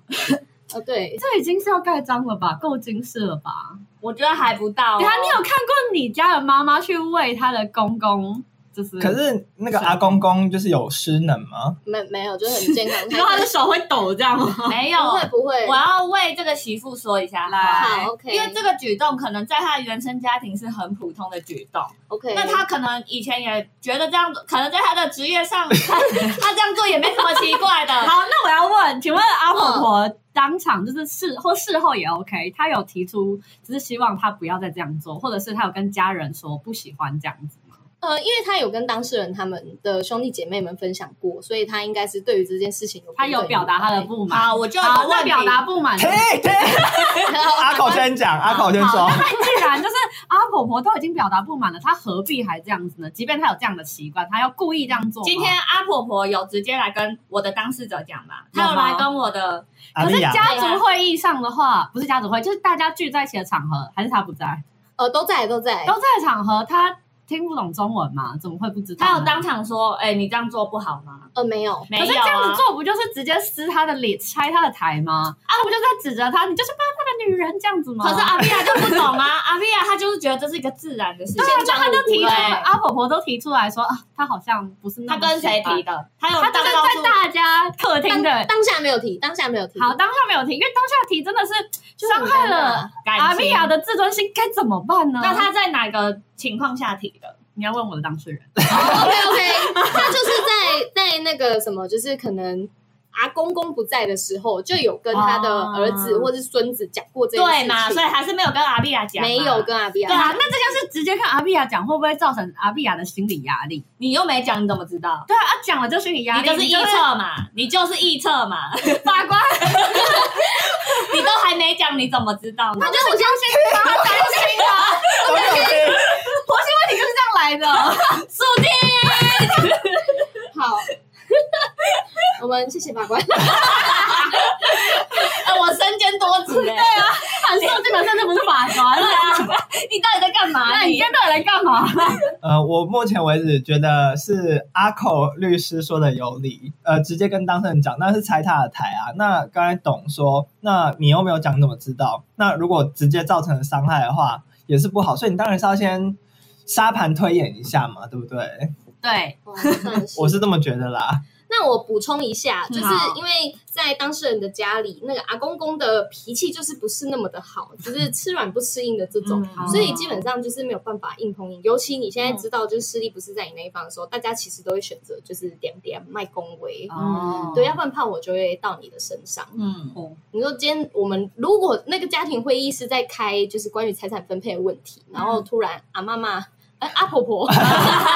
[SPEAKER 3] 哦，对，
[SPEAKER 4] 这已经是要盖章了吧？够精致了吧？
[SPEAKER 1] 我觉得还不到、哦。
[SPEAKER 4] 等一下，啊你有看过你家的妈妈去喂她的公公，就是
[SPEAKER 2] 可是那个阿公公就是有失能吗？
[SPEAKER 3] 没没有，就是很健康。
[SPEAKER 4] 你说她的手会抖这样吗？
[SPEAKER 1] 没有？
[SPEAKER 3] 不会不会
[SPEAKER 1] 我，要为这个媳妇说一下
[SPEAKER 4] 来
[SPEAKER 1] 话。
[SPEAKER 3] 好 OK，
[SPEAKER 1] 因为这个举动可能在她的原生家庭是很普通的举动，
[SPEAKER 3] OK，
[SPEAKER 1] 那她可能以前也觉得这样，可能在她的职业上， 她她这样做也没什么奇怪的。
[SPEAKER 4] 好，那我要问，请问阿婆婆当场就是事或事后也 OK，她有提出只是希望她不要再这样做，或者是她有跟家人说不喜欢这样子吗？
[SPEAKER 3] 呃，因为他有跟当事人他们的兄弟姐妹们分享过，所以他应该是对于这件事情有
[SPEAKER 4] 她有表达她的不满。
[SPEAKER 1] 好，我就有
[SPEAKER 4] 好，
[SPEAKER 1] 个
[SPEAKER 4] 那
[SPEAKER 1] 问
[SPEAKER 4] 表
[SPEAKER 1] 题，
[SPEAKER 4] 达不满，
[SPEAKER 2] 停
[SPEAKER 4] 竟
[SPEAKER 2] 停，阿口先讲，阿口先说，
[SPEAKER 4] 然就是阿婆婆都已经表达不满了，她何必还这样子呢？即便她有这样的习惯，她要故意这样做吗。
[SPEAKER 1] 今天阿婆婆有直接来跟我的当事者讲吧，
[SPEAKER 4] 有吗
[SPEAKER 1] 她有来跟我的
[SPEAKER 2] 阿
[SPEAKER 4] 可
[SPEAKER 2] 丽
[SPEAKER 4] 是
[SPEAKER 2] 亚，
[SPEAKER 4] 家族会议上的话，不是家族会，就是大家聚在一起的场合，还是他不在，
[SPEAKER 3] 呃，都在都在
[SPEAKER 4] 都，在的场合，他听不懂中文嘛？怎么会不知道呢？
[SPEAKER 1] 他有当场说：“哎、你这样做不好吗
[SPEAKER 3] 呃，没有？”，
[SPEAKER 1] 没有、
[SPEAKER 4] 可
[SPEAKER 1] 啊，
[SPEAKER 4] 是这样子做不就是直接撕他的脸、拆他的台吗？啊，我就在指着他，你就是帮他的女人这样子吗？
[SPEAKER 1] 可是阿碧亚就不懂啊， 阿碧亚她就是觉得这是一个自然的事情。
[SPEAKER 3] 对啊
[SPEAKER 4] 那他就提
[SPEAKER 1] 对
[SPEAKER 4] 出来，阿婆婆都提出来说啊，他好像不是那
[SPEAKER 1] 她
[SPEAKER 4] 么
[SPEAKER 1] 跟谁
[SPEAKER 4] 喜欢
[SPEAKER 1] 提？的？她有
[SPEAKER 4] 他
[SPEAKER 1] 当
[SPEAKER 4] 就是
[SPEAKER 1] 告
[SPEAKER 4] 在
[SPEAKER 1] 诉
[SPEAKER 4] 大家客厅
[SPEAKER 3] 当
[SPEAKER 4] 的。
[SPEAKER 3] 当下没有提，当下没有提，
[SPEAKER 4] 好，当下没有提，因为当下提真的是
[SPEAKER 3] 就
[SPEAKER 4] 伤
[SPEAKER 3] 很
[SPEAKER 4] 害
[SPEAKER 3] 尴
[SPEAKER 4] 了
[SPEAKER 3] 尬。
[SPEAKER 4] 阿
[SPEAKER 1] 感
[SPEAKER 4] 米
[SPEAKER 1] 啊情。
[SPEAKER 4] 亚的自尊心，该怎么办呢？
[SPEAKER 1] 那她在哪个情况下提的？
[SPEAKER 4] 你要问我的当事人。
[SPEAKER 3] OK OK，他就是在在那个什么，就是可能阿公公不在的时候，就有跟他的儿子
[SPEAKER 4] 哦
[SPEAKER 3] 或是孙子讲过这件事
[SPEAKER 1] 对
[SPEAKER 3] 情，
[SPEAKER 1] 嘛？所以还是没有跟阿碧亚讲。
[SPEAKER 3] 没有。跟阿比
[SPEAKER 4] 对
[SPEAKER 3] 亚。
[SPEAKER 4] 啊，那这件事直接跟阿碧亚讲，会不会造成阿碧亚的心理压力？
[SPEAKER 1] 你又没讲，你怎么知道？
[SPEAKER 4] 对啊，啊讲了就心理压
[SPEAKER 1] 你
[SPEAKER 4] 力，
[SPEAKER 1] 就是
[SPEAKER 4] 你就
[SPEAKER 1] 臆测嘛，你就是臆测嘛，
[SPEAKER 4] 是法官，
[SPEAKER 1] 你都还没讲，你怎么知道呢
[SPEAKER 3] 我？觉得我相信
[SPEAKER 4] 他担心啊，
[SPEAKER 2] 都没有听
[SPEAKER 4] 婆媳问题就是这样来的。
[SPEAKER 1] 注定
[SPEAKER 3] 好，我们谢谢法 官。
[SPEAKER 1] 呃我身兼多职哎。
[SPEAKER 4] 反正这个甚至不是法官了啊，
[SPEAKER 1] 你到底在干嘛？
[SPEAKER 4] 那你今天到底来干嘛？
[SPEAKER 2] 呃，我目前为止觉得是阿口律师说的有理，呃，直接跟当事人讲，那是拆他的台啊。那刚才董说，那你又没有讲，你怎么知道？那如果直接造成伤害的话，也是不好，所以你当然是要先沙盘推演一下嘛，对不对？
[SPEAKER 4] 对，
[SPEAKER 3] 哇哦算是
[SPEAKER 2] 我是这么觉得啦。
[SPEAKER 3] 那我补充一
[SPEAKER 1] 嗯
[SPEAKER 3] 下，就是
[SPEAKER 4] 好
[SPEAKER 3] 因为在当事人的家里，那个阿公公的脾气就是不是那么的好，就是吃软不吃硬的这种，
[SPEAKER 1] 嗯
[SPEAKER 3] 所以基本上就是没有办法硬碰硬。尤其你现在知道，就是势力不是在你那一方的时候，大家其实都会选择就是点点卖恭维。
[SPEAKER 1] 哦
[SPEAKER 3] 对，要不然怕我就会到你的身上。
[SPEAKER 1] 嗯，
[SPEAKER 3] 你说今天我们如果那个家庭会议是在开就是关于财产分配的问题，然后突然阿妈妈呃阿 婆婆，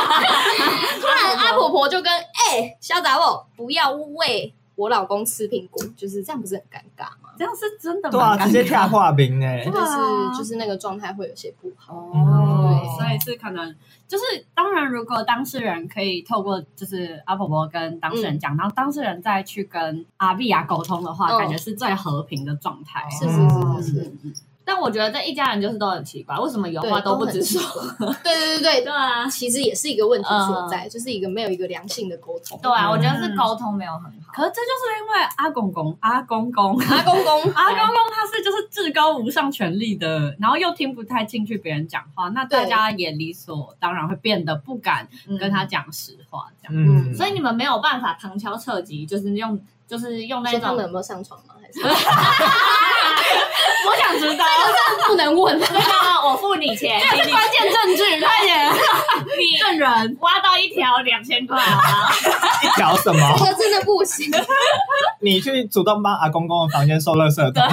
[SPEAKER 3] 突然阿婆婆就跟哎小杂我不要喂我老公吃苹果，就是这样，不是很尴尬吗？
[SPEAKER 4] 这样是真的
[SPEAKER 2] 对啊，
[SPEAKER 4] 蛮尴尬
[SPEAKER 2] 直接跳画饼哎
[SPEAKER 4] 对
[SPEAKER 3] 就，
[SPEAKER 4] 啊
[SPEAKER 3] 是就是那个状态会有些不好。
[SPEAKER 4] 哦，
[SPEAKER 1] 嗯
[SPEAKER 3] 对
[SPEAKER 4] 所以是可能就是，当然，如果当事人可以透过就是阿婆婆跟当事人讲，然后当事人再去跟阿碧雅沟通的话，
[SPEAKER 3] 嗯
[SPEAKER 4] 感觉是最和平的状态。
[SPEAKER 3] 是是是是是，
[SPEAKER 4] 嗯，
[SPEAKER 1] 但我觉得这一家人就是都很奇怪，为什么有话都不直说？
[SPEAKER 3] 对对对
[SPEAKER 1] 对
[SPEAKER 3] 对，
[SPEAKER 1] 啊，嗯
[SPEAKER 3] 其实也是一个问题所在，就是一个没有一个良性的沟通。
[SPEAKER 1] 对啊，我觉得是沟通没有很好。
[SPEAKER 4] 可是这就是因为阿公公、阿公公、
[SPEAKER 3] 阿公公，
[SPEAKER 4] 阿公公他是就是至高无上权力的，然后又听不太进去别人讲话，那大
[SPEAKER 3] 对
[SPEAKER 4] 家也理所当然会变得不敢
[SPEAKER 1] 嗯
[SPEAKER 4] 跟他讲实话，这样。
[SPEAKER 2] 嗯，
[SPEAKER 1] 所以你们没有办法旁敲侧击，就是用就是用那
[SPEAKER 3] 所以他
[SPEAKER 1] 种
[SPEAKER 3] 们有没有上床吗？ 还是
[SPEAKER 4] 我想知道，
[SPEAKER 3] 不能问？
[SPEAKER 1] 那个我付你 钱，请你
[SPEAKER 4] 关键证据，
[SPEAKER 3] 哎
[SPEAKER 4] 快点，
[SPEAKER 1] 你
[SPEAKER 4] 证人。
[SPEAKER 1] 挖到一条两千块啊好吗？
[SPEAKER 2] 一条什么？
[SPEAKER 3] 这个真的不行。
[SPEAKER 2] 你去主动帮阿公公的房间收垃圾桶，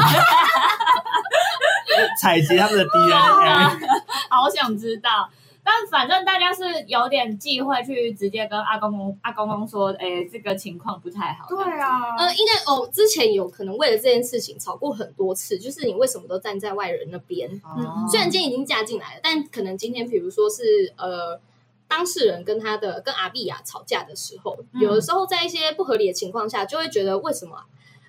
[SPEAKER 2] 采集他们的
[SPEAKER 1] 啊
[SPEAKER 2] DNA。
[SPEAKER 1] 好想知道。但反正大家是有点忌讳去直接跟阿公公、阿公公说，哎、这个情况不太好。
[SPEAKER 4] 啊
[SPEAKER 3] 呃，应该哦，之前有可能为了这件事情吵过很多次，就是你为什么都站在外人那边？
[SPEAKER 1] 嗯
[SPEAKER 3] 虽然今天已经嫁进来了，但可能今天比如说是呃。当事人跟他的跟阿碧雅吵架的时候，
[SPEAKER 1] 嗯
[SPEAKER 3] 有的时候在一些不合理的情况下，就会觉得为什么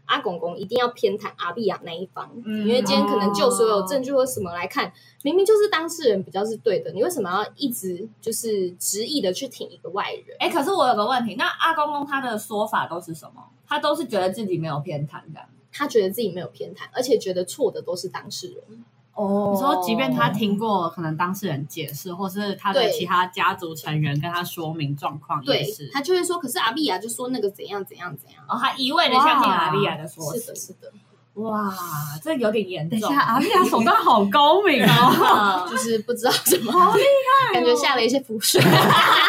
[SPEAKER 3] 阿公公一定要偏袒阿碧雅那一方？
[SPEAKER 1] 嗯
[SPEAKER 3] 因为今天可能就所有证据或什么来看，明明就是当事人比较是对的，你为什么要一直就是执意的去挺一个外人？
[SPEAKER 1] 哎、可是我有个问题，那阿公公他的说法都是什么？他都是觉得自己没有偏袒的。
[SPEAKER 3] 他觉得自己没有偏袒，而且觉得错的都是当事人。
[SPEAKER 1] 哦
[SPEAKER 4] 你说，即便他听过可能当事人解释，或是他的
[SPEAKER 3] 对
[SPEAKER 4] 其他家族成员跟他说明状况，
[SPEAKER 3] 对
[SPEAKER 4] 也是
[SPEAKER 3] 他就会说，可是阿碧啊雅就说那个怎样怎样怎样。
[SPEAKER 1] 哦，他一味的相信阿丽亚的说
[SPEAKER 3] 是
[SPEAKER 1] 辞
[SPEAKER 3] 的，。是的，
[SPEAKER 1] 哇，这有点严
[SPEAKER 4] 等一
[SPEAKER 1] 重
[SPEAKER 4] 下，。 阿丽亚手段好高明哦！
[SPEAKER 1] 嗯
[SPEAKER 3] 就是不知道怎么，
[SPEAKER 4] 好厉害哦
[SPEAKER 3] 感觉下了一些 苦水。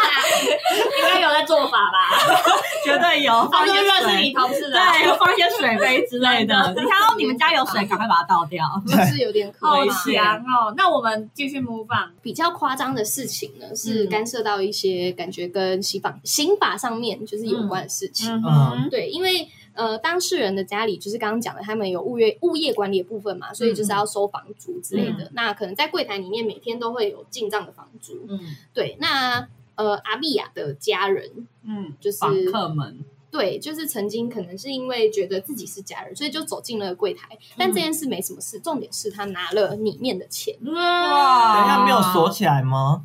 [SPEAKER 1] 应该有在做法 吧？
[SPEAKER 4] 绝对有
[SPEAKER 1] 他
[SPEAKER 4] 放一
[SPEAKER 1] 就
[SPEAKER 4] 些
[SPEAKER 1] 认识你
[SPEAKER 4] 水，
[SPEAKER 1] 同事的啊，
[SPEAKER 4] 对，放一些水杯之类的。你看到哦你们家有水，赶快把它倒掉。
[SPEAKER 3] 就是有点可
[SPEAKER 1] 好
[SPEAKER 4] 危
[SPEAKER 3] 怕。
[SPEAKER 4] 险
[SPEAKER 1] 强哦。那我们继续 move on。
[SPEAKER 3] 比较夸张的事情呢，是
[SPEAKER 1] 嗯
[SPEAKER 3] 干涉到一些感觉跟刑法刑法上面就是有
[SPEAKER 4] 嗯
[SPEAKER 3] 关的事情。
[SPEAKER 2] 哼
[SPEAKER 3] 对，因为呃，当事人的家里就是刚刚讲的，他们有物业物业管理的部分嘛，所以
[SPEAKER 1] 嗯
[SPEAKER 3] 就是要收房租之类的。那可能在柜台里面每天都会有进账的房租。
[SPEAKER 1] 嗯
[SPEAKER 3] 对，那呃，阿碧雅的家人
[SPEAKER 4] 嗯，
[SPEAKER 3] 就是
[SPEAKER 4] 访客们，
[SPEAKER 3] 对，就是曾经可能是因为觉得自己是家人，所以就走进了柜台。
[SPEAKER 1] 嗯
[SPEAKER 3] 但这件事没什么事，重点是他拿了里面的钱，
[SPEAKER 1] 哇
[SPEAKER 2] 等一下没有锁起来吗？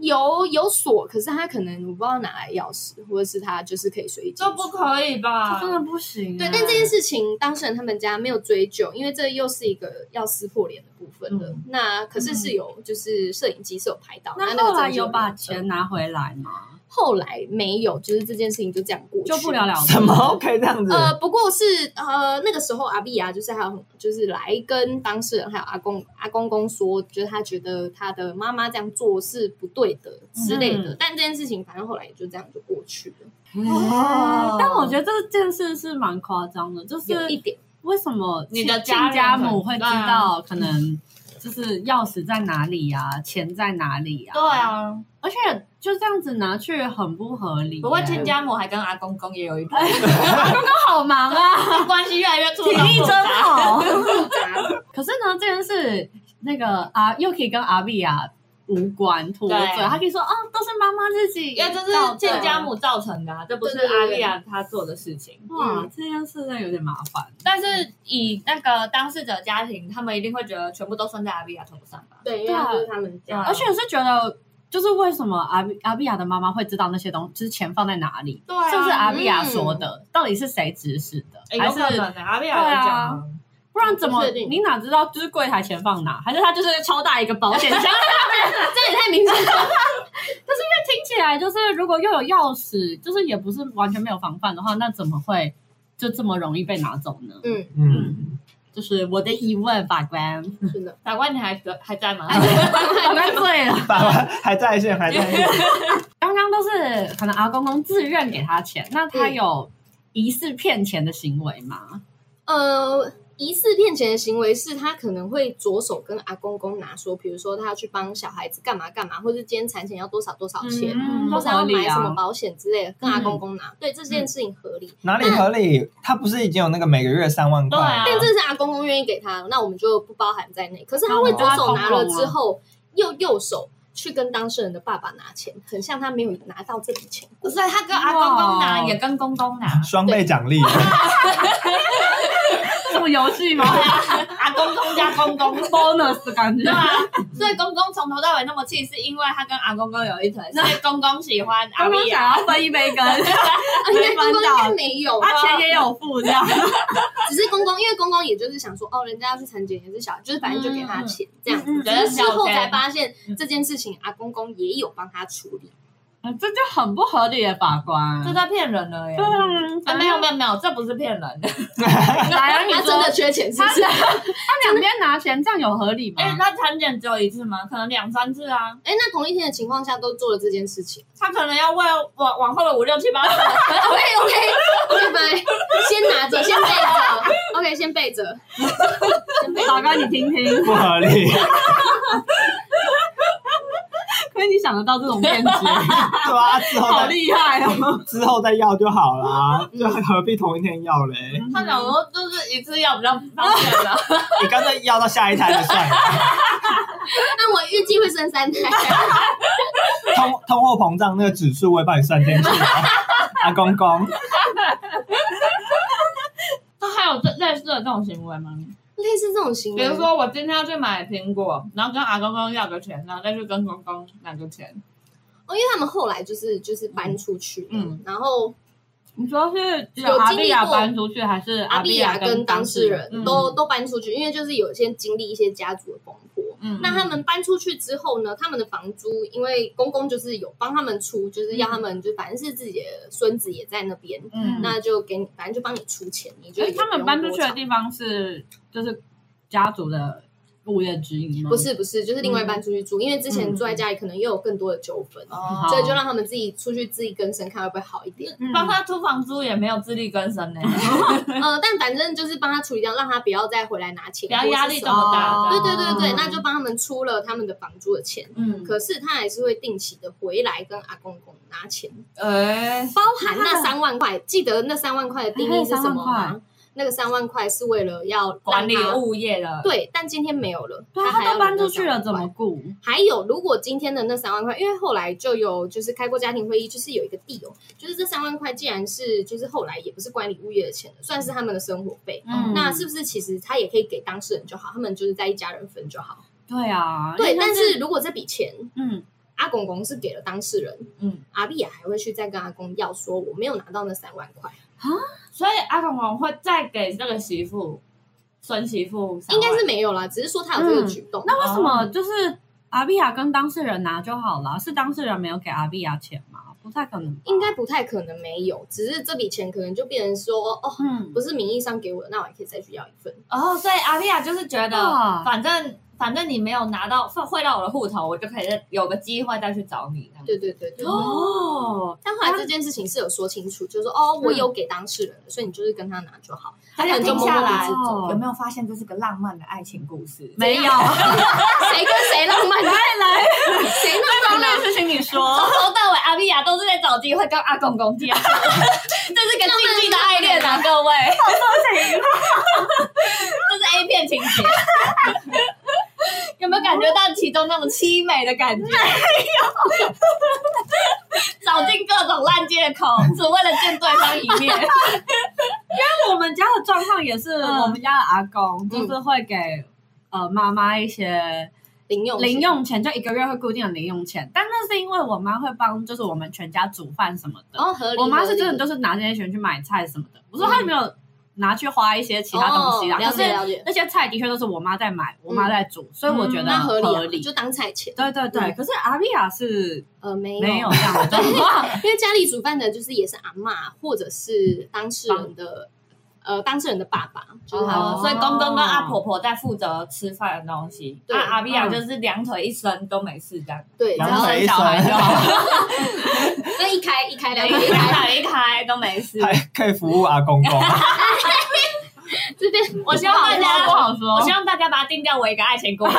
[SPEAKER 3] 有有锁，可是他可能我不知道哪来钥匙，或者是他就是可以随意进
[SPEAKER 1] 这
[SPEAKER 3] 出
[SPEAKER 1] 不可以吧？
[SPEAKER 4] 这真的不行啊。
[SPEAKER 3] 对，但这件事情当事人他们家没有追究，因为这又是一个要撕破脸的部分了。
[SPEAKER 1] 嗯
[SPEAKER 3] 那可是是有，就是摄影机是有拍到，那
[SPEAKER 4] 那
[SPEAKER 3] 那
[SPEAKER 4] 后
[SPEAKER 3] 个证
[SPEAKER 4] 来
[SPEAKER 3] 据
[SPEAKER 4] 有把
[SPEAKER 3] 留着
[SPEAKER 4] 钱，拿回来吗？
[SPEAKER 3] 后来没有，就是这件事情就这样过去，
[SPEAKER 4] 就不了了之。
[SPEAKER 2] 怎么可以这样子？
[SPEAKER 3] 呃，不过是呃，那个时候阿碧啊，就是还有就是来跟当事人还有阿公阿公公说，就是他觉得他的妈妈这样做是不对的
[SPEAKER 4] 嗯
[SPEAKER 3] 之类的。但这件事情反正后来也就这样就过去了，
[SPEAKER 4] 哦但我觉得这件事是蛮夸张的，就是
[SPEAKER 3] 有一点
[SPEAKER 4] 为什么
[SPEAKER 1] 你的
[SPEAKER 4] 亲
[SPEAKER 1] 家人
[SPEAKER 4] 家
[SPEAKER 1] 可能
[SPEAKER 4] 母会知
[SPEAKER 1] 对啊
[SPEAKER 4] 道可能就是钥匙在哪里呀、钱在哪里呀、
[SPEAKER 1] 对，啊，
[SPEAKER 4] 而且就这样子拿去很不合理耶、
[SPEAKER 1] 不过亲家母还跟阿公公也有一拼，
[SPEAKER 4] 好忙啊，
[SPEAKER 1] 关系越来 越错
[SPEAKER 4] 体
[SPEAKER 1] 综
[SPEAKER 4] 力
[SPEAKER 1] 复
[SPEAKER 4] 真
[SPEAKER 1] 杂。
[SPEAKER 4] 好。
[SPEAKER 3] 复杂。
[SPEAKER 4] 可是呢，这件事那个阿 Yuki 跟阿碧亚无关脱罪，
[SPEAKER 1] 对
[SPEAKER 4] 他可以说哦，都是妈妈自己
[SPEAKER 1] 因为这
[SPEAKER 4] 造
[SPEAKER 1] 是
[SPEAKER 4] 的
[SPEAKER 1] 亲家。母造成的、啊，这不是
[SPEAKER 3] 对对
[SPEAKER 1] 阿
[SPEAKER 3] 对
[SPEAKER 1] 丽亚她做的事情。
[SPEAKER 4] 哇，
[SPEAKER 3] 嗯
[SPEAKER 4] 这件事真的有点麻烦。
[SPEAKER 1] 但是以那个当事者家庭，他们一定会觉得全部都算在阿丽亚头上吧？
[SPEAKER 3] 对，因为
[SPEAKER 4] 啊
[SPEAKER 3] 他就是他们家，
[SPEAKER 4] 而且我是觉得，就是为什么阿比阿比亚的妈妈会知道那些东西，就是钱放在哪里？
[SPEAKER 1] 对啊
[SPEAKER 4] 是不是阿比
[SPEAKER 3] 嗯
[SPEAKER 4] 亚说的？到底是谁指使的？
[SPEAKER 1] 诶
[SPEAKER 3] 哎
[SPEAKER 4] 还
[SPEAKER 1] 有可
[SPEAKER 4] 是
[SPEAKER 1] 能、啊、阿丽亚有讲啊
[SPEAKER 4] 不然怎么
[SPEAKER 3] 不确定
[SPEAKER 4] 你哪知道就是柜台钱放哪？还是他就是超大一个保险箱？
[SPEAKER 3] 这也太明显 了。
[SPEAKER 4] 听起来就是如果又有钥匙，就是也不是完全没有防范的话，那怎么会就这么容易被拿走呢？
[SPEAKER 3] 嗯，
[SPEAKER 2] 嗯，
[SPEAKER 4] 就是我的疑问，法 官，
[SPEAKER 3] 真的。
[SPEAKER 1] 法官，你还还在吗？
[SPEAKER 3] 哎
[SPEAKER 4] 法官醉了。
[SPEAKER 2] 爸爸还在线，还在 线。
[SPEAKER 4] 刚刚都是可能阿公公自认给他钱，那他
[SPEAKER 3] 嗯
[SPEAKER 4] 有疑似骗钱的行为吗？
[SPEAKER 3] 呃，疑似骗钱的行为是，他可能会左手跟阿公公拿说，比如说他要去帮小孩子干嘛干嘛，或者今天产险要多少多少钱，
[SPEAKER 4] 嗯，
[SPEAKER 1] 嗯
[SPEAKER 3] 或
[SPEAKER 4] 都
[SPEAKER 3] 是要
[SPEAKER 4] 合
[SPEAKER 3] 买
[SPEAKER 4] 理
[SPEAKER 3] 什
[SPEAKER 4] 啊嗯
[SPEAKER 3] 么。保险之类的，跟阿公公拿。对这件事情合理，
[SPEAKER 2] 哪里合理？他不是已经有那个每个月三万块？。
[SPEAKER 1] 对啊
[SPEAKER 3] 但这是阿公公愿意给他，那我们就不包含在内。可是他会
[SPEAKER 4] 嗯
[SPEAKER 3] 左手拿了之后，又右手去跟当事人的爸爸拿钱，很像他没有拿到这笔 钱过。
[SPEAKER 1] 所以他跟阿公公拿，
[SPEAKER 4] 哇
[SPEAKER 1] 也跟公 公拿
[SPEAKER 2] 双倍奖励，
[SPEAKER 4] 这么游戏 吗
[SPEAKER 1] 啊阿公公加公公，
[SPEAKER 4] ？bonus 感 觉
[SPEAKER 1] 对。啊，所以公公从头到尾那么气，是因为他跟阿公公有 一腿，所以公公喜欢阿
[SPEAKER 4] 刚刚
[SPEAKER 1] 米 亚。
[SPEAKER 3] 啊
[SPEAKER 4] 想要分一 杯羹，
[SPEAKER 3] 而且公哎公应该没有，
[SPEAKER 4] 他钱也有付这样。
[SPEAKER 3] 只是公公，因为公公也就是想说，哦，人家要去产检也是小孩，就是反正就给他钱、这样
[SPEAKER 1] 嗯嗯
[SPEAKER 3] 子。只是事后才发现
[SPEAKER 1] 嗯
[SPEAKER 3] 这件事情，阿公公也有帮他处理。
[SPEAKER 4] 嗯这就很不合理的法官。
[SPEAKER 3] 啊
[SPEAKER 1] 这在骗人了耶！
[SPEAKER 4] 对啊
[SPEAKER 1] 啊，没有没有没有，这不是骗 人。
[SPEAKER 4] 莱啊
[SPEAKER 1] 啊
[SPEAKER 4] 恩，你
[SPEAKER 3] 他
[SPEAKER 4] 说
[SPEAKER 3] 真的缺钱是不是？哎、
[SPEAKER 4] 他两边拿钱，这样有合理吗？
[SPEAKER 1] 哎，他产检只有一次吗？可能两三次啊。
[SPEAKER 3] 哎那同一天的情况下都做了这件事 情。
[SPEAKER 1] 他可能要为往往后的五六七八
[SPEAKER 3] OK OK OK，拜拜，先拿着，先备着。OK，先备着。
[SPEAKER 4] 哎老高，你听听，
[SPEAKER 2] 不合理。
[SPEAKER 4] 可以你想得到这种辩 解，
[SPEAKER 2] 对吧？之后
[SPEAKER 4] 好
[SPEAKER 2] 再
[SPEAKER 4] 厉害哦！
[SPEAKER 2] 之后再要就好啦，
[SPEAKER 3] 嗯
[SPEAKER 2] 就何必同一天要嘞？
[SPEAKER 1] 他想说就是一次要比较方便了。
[SPEAKER 2] 你干脆要到下一胎就算了。
[SPEAKER 3] 那我预计会生三胎。
[SPEAKER 2] 通通货膨胀那个指数我也帮你算进去了。 阿公公，
[SPEAKER 1] 他还有这类似的这种行为吗？
[SPEAKER 3] 类似这种行
[SPEAKER 1] 比
[SPEAKER 3] 为，
[SPEAKER 1] 如说我今天要去买苹果，然后跟阿公公要个钱，然后再去跟公公拿个钱。
[SPEAKER 3] 哦，因为他们后来就是就是搬出去，嗯
[SPEAKER 1] 嗯，
[SPEAKER 3] 然后
[SPEAKER 4] 你说是只
[SPEAKER 3] 有
[SPEAKER 4] 有阿
[SPEAKER 3] 经历
[SPEAKER 4] 比亚
[SPEAKER 3] 过
[SPEAKER 4] 搬出去，还是
[SPEAKER 3] 阿
[SPEAKER 4] 比
[SPEAKER 3] 碧
[SPEAKER 4] 亚
[SPEAKER 3] 雅跟当事人
[SPEAKER 1] 嗯
[SPEAKER 3] 都都搬出去，因为就是有些经历一些家族的崩破。
[SPEAKER 1] 嗯，
[SPEAKER 3] 那他们搬出去之后呢，他们的房租，因为公公就是有帮他们出，就是要他们就反正是自己的孙子也在那边，
[SPEAKER 1] 嗯
[SPEAKER 3] 那就给你，反正就帮你出钱，你就
[SPEAKER 4] 哎他们搬出去的地方是就是家族的物业之一吗？
[SPEAKER 3] 不，是不是，就是另外搬出去住，因为之前
[SPEAKER 4] 嗯
[SPEAKER 3] 住在家里可能又有更多的纠纷，
[SPEAKER 1] 哦
[SPEAKER 3] 所以就让他们自己出去自力更生，看会不会好一 点。
[SPEAKER 4] 嗯
[SPEAKER 1] 帮他出房租也没有自力更生 呢、
[SPEAKER 3] 呃，但反正就是帮他处理掉，让他不要再回来拿钱，
[SPEAKER 1] 不要压力这
[SPEAKER 3] 或是
[SPEAKER 1] 么
[SPEAKER 4] 哦
[SPEAKER 1] 大。
[SPEAKER 3] 什么对
[SPEAKER 1] 这
[SPEAKER 3] 对
[SPEAKER 1] 样
[SPEAKER 3] 对对，
[SPEAKER 4] 嗯
[SPEAKER 3] 那就帮他们出了他们的房租的钱。
[SPEAKER 1] 嗯，
[SPEAKER 3] 可是他还是会定期的回来跟阿公公拿钱，
[SPEAKER 1] 哎、
[SPEAKER 3] 包含那三万块。记得那三万块的定义是
[SPEAKER 4] 哎还
[SPEAKER 3] 什么
[SPEAKER 4] 有3万
[SPEAKER 3] 吗？那个三万块是为了要让他
[SPEAKER 1] 管理物业的，
[SPEAKER 3] 对，但今天没有了，
[SPEAKER 4] 对啊，
[SPEAKER 3] 还
[SPEAKER 4] 他
[SPEAKER 3] 要
[SPEAKER 4] 都
[SPEAKER 3] 有
[SPEAKER 4] 搬出
[SPEAKER 3] 那
[SPEAKER 4] 去
[SPEAKER 3] 3万
[SPEAKER 4] 了，怎
[SPEAKER 3] 块
[SPEAKER 4] 么顾？
[SPEAKER 3] 还有，如果今天的那三万块，因为后来就有就是开过家庭会议，就是有一个 deal，就是这三万块既然是就是后来也不是管理物业的钱了，算是他们的生活费。
[SPEAKER 1] 嗯
[SPEAKER 3] 那是不是其实他也可以给当事人就好，他们就是在一家人分就好。
[SPEAKER 4] 对啊，
[SPEAKER 3] 对，
[SPEAKER 4] 因为
[SPEAKER 3] 但
[SPEAKER 4] 他
[SPEAKER 3] 是如果这笔钱
[SPEAKER 4] 嗯，
[SPEAKER 3] 阿公公是给了当事人，
[SPEAKER 1] 嗯，
[SPEAKER 3] 阿碧也还会去再跟阿公要说我没有拿到那三万块，
[SPEAKER 1] 所以阿公公会再给这个媳妇、孙媳妇，
[SPEAKER 3] 应该是没有啦，只是说他有这个举动。
[SPEAKER 4] 啊嗯那为什么就是阿比亚跟当事人拿就好了？是当事人没有给阿比亚钱吗？不太可能吧，
[SPEAKER 3] 应该不太可能没有，只是这笔钱可能就变成说哦，
[SPEAKER 4] 嗯
[SPEAKER 3] 不是名义上给我的，那我还可以再去要一份。
[SPEAKER 1] 哦，所以阿丽亚就是觉得，
[SPEAKER 4] 哇
[SPEAKER 1] 反正反正你没有拿到汇汇到我的户头，我就可以再有个机会再去找你。
[SPEAKER 3] 对对对对对。
[SPEAKER 4] 哦，
[SPEAKER 3] 但后来这件事情是有说清楚，就是说哦，
[SPEAKER 4] 嗯
[SPEAKER 3] 我有给当事人的，所以你就是跟他拿就好。
[SPEAKER 1] 大家听下来
[SPEAKER 4] 就默默地走
[SPEAKER 1] 有没有发现这是个浪漫的爱情故事？
[SPEAKER 4] 哦没有，
[SPEAKER 3] 谁跟谁浪漫？来来，谁浪漫啊
[SPEAKER 4] 那
[SPEAKER 3] 了？
[SPEAKER 4] 事情你 说。
[SPEAKER 1] 从头到尾，阿丽亚都是在找机会跟阿公公跳，这是个禁忌的爱恋啊，各 位，哦这是 A 片情节。有没有感觉到其中那种凄美的感觉？没有， 找尽各种烂借口，只为了见对方一 面。
[SPEAKER 4] 我们家的状况也是，
[SPEAKER 1] 嗯
[SPEAKER 4] 我们家的阿公就是会给。呃，妈妈一些
[SPEAKER 3] 零用
[SPEAKER 4] 零用钱，就一个月会固定的零用钱，但那是因为我妈会帮，就是我们全家煮饭什么的。
[SPEAKER 3] 哦，合理。
[SPEAKER 4] 我妈
[SPEAKER 3] 合
[SPEAKER 4] 是
[SPEAKER 3] 理嗯
[SPEAKER 4] 真的就是拿这些钱去买菜什么的。我说她有没有拿去花一些其他东西啊？
[SPEAKER 3] 哦了
[SPEAKER 4] 可是
[SPEAKER 3] 解了解，
[SPEAKER 4] 那些菜的确都是我妈在买，我妈在煮，所以我觉得
[SPEAKER 3] 那合理
[SPEAKER 4] 合
[SPEAKER 3] 啊
[SPEAKER 4] 理。
[SPEAKER 3] 就当菜钱。
[SPEAKER 4] 对对对，可是阿比亚是
[SPEAKER 3] 呃，没有
[SPEAKER 4] 没有，这样的状况，
[SPEAKER 3] 因为家里煮饭的就是也是阿嬷或者是当事人的呃当事人的爸爸，就是他
[SPEAKER 1] 哦
[SPEAKER 3] 们，
[SPEAKER 1] 所以公公跟阿婆婆在负责吃饭的东西，
[SPEAKER 3] 对
[SPEAKER 1] 那阿比亚
[SPEAKER 4] 嗯
[SPEAKER 1] 就是两腿一伸都没事这样，
[SPEAKER 3] 对，
[SPEAKER 2] 两
[SPEAKER 3] 然后
[SPEAKER 2] 腿
[SPEAKER 1] 生小孩就好，
[SPEAKER 3] 那一开一开两
[SPEAKER 1] 两
[SPEAKER 3] 开一
[SPEAKER 1] 腿
[SPEAKER 3] 开，
[SPEAKER 1] 一开都没事。
[SPEAKER 2] 还可以服务阿公公，
[SPEAKER 3] 这边
[SPEAKER 1] 我希望大家
[SPEAKER 4] 不好说
[SPEAKER 1] 我希望大家把它定掉为一个爱情故事。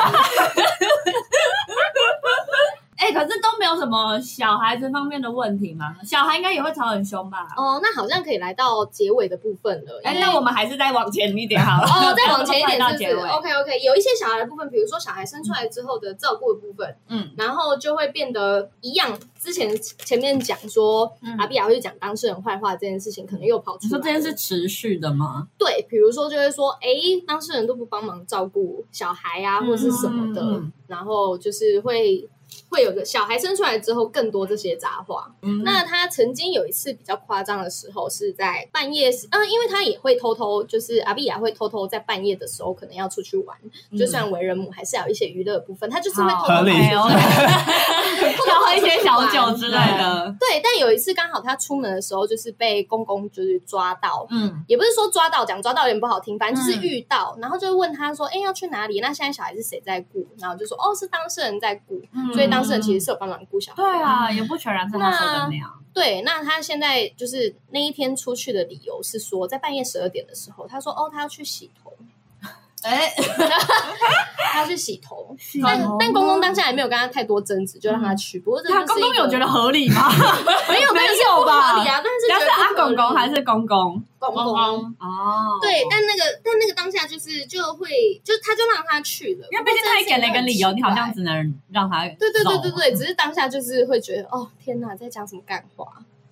[SPEAKER 1] 哎、可是都没有什么小孩子方面的问题吗？小孩应该也会吵很凶吧？
[SPEAKER 3] 哦，那好像可以来到结尾的部分了。
[SPEAKER 1] 哎、
[SPEAKER 3] 因为
[SPEAKER 1] 那我们还是再往前一点好了。
[SPEAKER 3] 哦，再往前 一点
[SPEAKER 1] 到
[SPEAKER 3] 是不
[SPEAKER 1] 结
[SPEAKER 3] 是
[SPEAKER 1] 尾。
[SPEAKER 3] ？OK OK，有一些小孩的部分，比如说小孩生出来之后的照顾的部分，
[SPEAKER 1] 嗯，
[SPEAKER 3] 然后就会变得一样。之前前面讲说、
[SPEAKER 1] 嗯
[SPEAKER 3] 阿碧雅会讲当事人坏话这件事情，可能又跑出
[SPEAKER 4] 你说
[SPEAKER 3] 来了。
[SPEAKER 4] 这件事持续的吗？
[SPEAKER 3] 对，比如说就会说，哎，当事人都不帮忙照顾小孩啊，
[SPEAKER 1] 嗯
[SPEAKER 3] 或是什么的，
[SPEAKER 4] 嗯嗯
[SPEAKER 3] 然后就是会会有个小孩生出来之后更多这些杂话。
[SPEAKER 1] 嗯
[SPEAKER 3] 那他曾经有一次比较夸张的时候，是在半夜时，嗯、因为他也会偷偷，就是阿碧雅会偷偷在半夜的时候可能要出去玩，
[SPEAKER 4] 嗯
[SPEAKER 3] 就算为人母还是要有一些娱乐的部分，他就是会偷
[SPEAKER 2] 合
[SPEAKER 3] 偷
[SPEAKER 2] 理
[SPEAKER 1] 哦
[SPEAKER 4] 哎我要喝一些小酒之类的。
[SPEAKER 3] 对，但有一次刚好他出门的时候，就是被公公就是抓到，
[SPEAKER 1] 嗯
[SPEAKER 3] 也不是说抓到，讲抓到有点不好听，反正
[SPEAKER 4] 嗯
[SPEAKER 3] 就是遇到，然后就问他说：“哎、要去哪里？那现在小孩是谁在顾？”然后就说：“哦，是当事人在顾。
[SPEAKER 1] 嗯
[SPEAKER 3] 所以当事人其实是有帮忙顾小孩。
[SPEAKER 4] 对啊，也不全然是他说的那样。
[SPEAKER 3] 对，那他现在就是那一天出去的理由是说，在半夜十二点的时候，他说：“哦，他要去洗头，
[SPEAKER 1] 哎、
[SPEAKER 3] 他要去洗头。
[SPEAKER 1] 头
[SPEAKER 3] 但
[SPEAKER 4] 嗯
[SPEAKER 3] 但公公当下也没有跟他太多争执，就让他去。不过这
[SPEAKER 4] 他
[SPEAKER 3] 就
[SPEAKER 4] 公
[SPEAKER 3] 是一
[SPEAKER 4] 公有
[SPEAKER 3] 个
[SPEAKER 4] 觉得合理吗？
[SPEAKER 3] 没有，但是
[SPEAKER 4] 没有吧
[SPEAKER 3] 不合理啊，但是
[SPEAKER 4] 但
[SPEAKER 3] 觉
[SPEAKER 4] 是
[SPEAKER 3] 得
[SPEAKER 4] 阿
[SPEAKER 3] 不合
[SPEAKER 4] 公
[SPEAKER 3] 理
[SPEAKER 4] 公还是公公？
[SPEAKER 1] 公
[SPEAKER 3] 公公。
[SPEAKER 1] 公，
[SPEAKER 4] 哦，
[SPEAKER 3] 对，但那个但那个当下就是就会就他就让他去了，
[SPEAKER 4] 因为毕竟他也给了一个理由，你好像只能让他
[SPEAKER 3] 对对对
[SPEAKER 4] 走
[SPEAKER 3] 对对，只是当下就是会觉得哦天哪，在讲什么干话？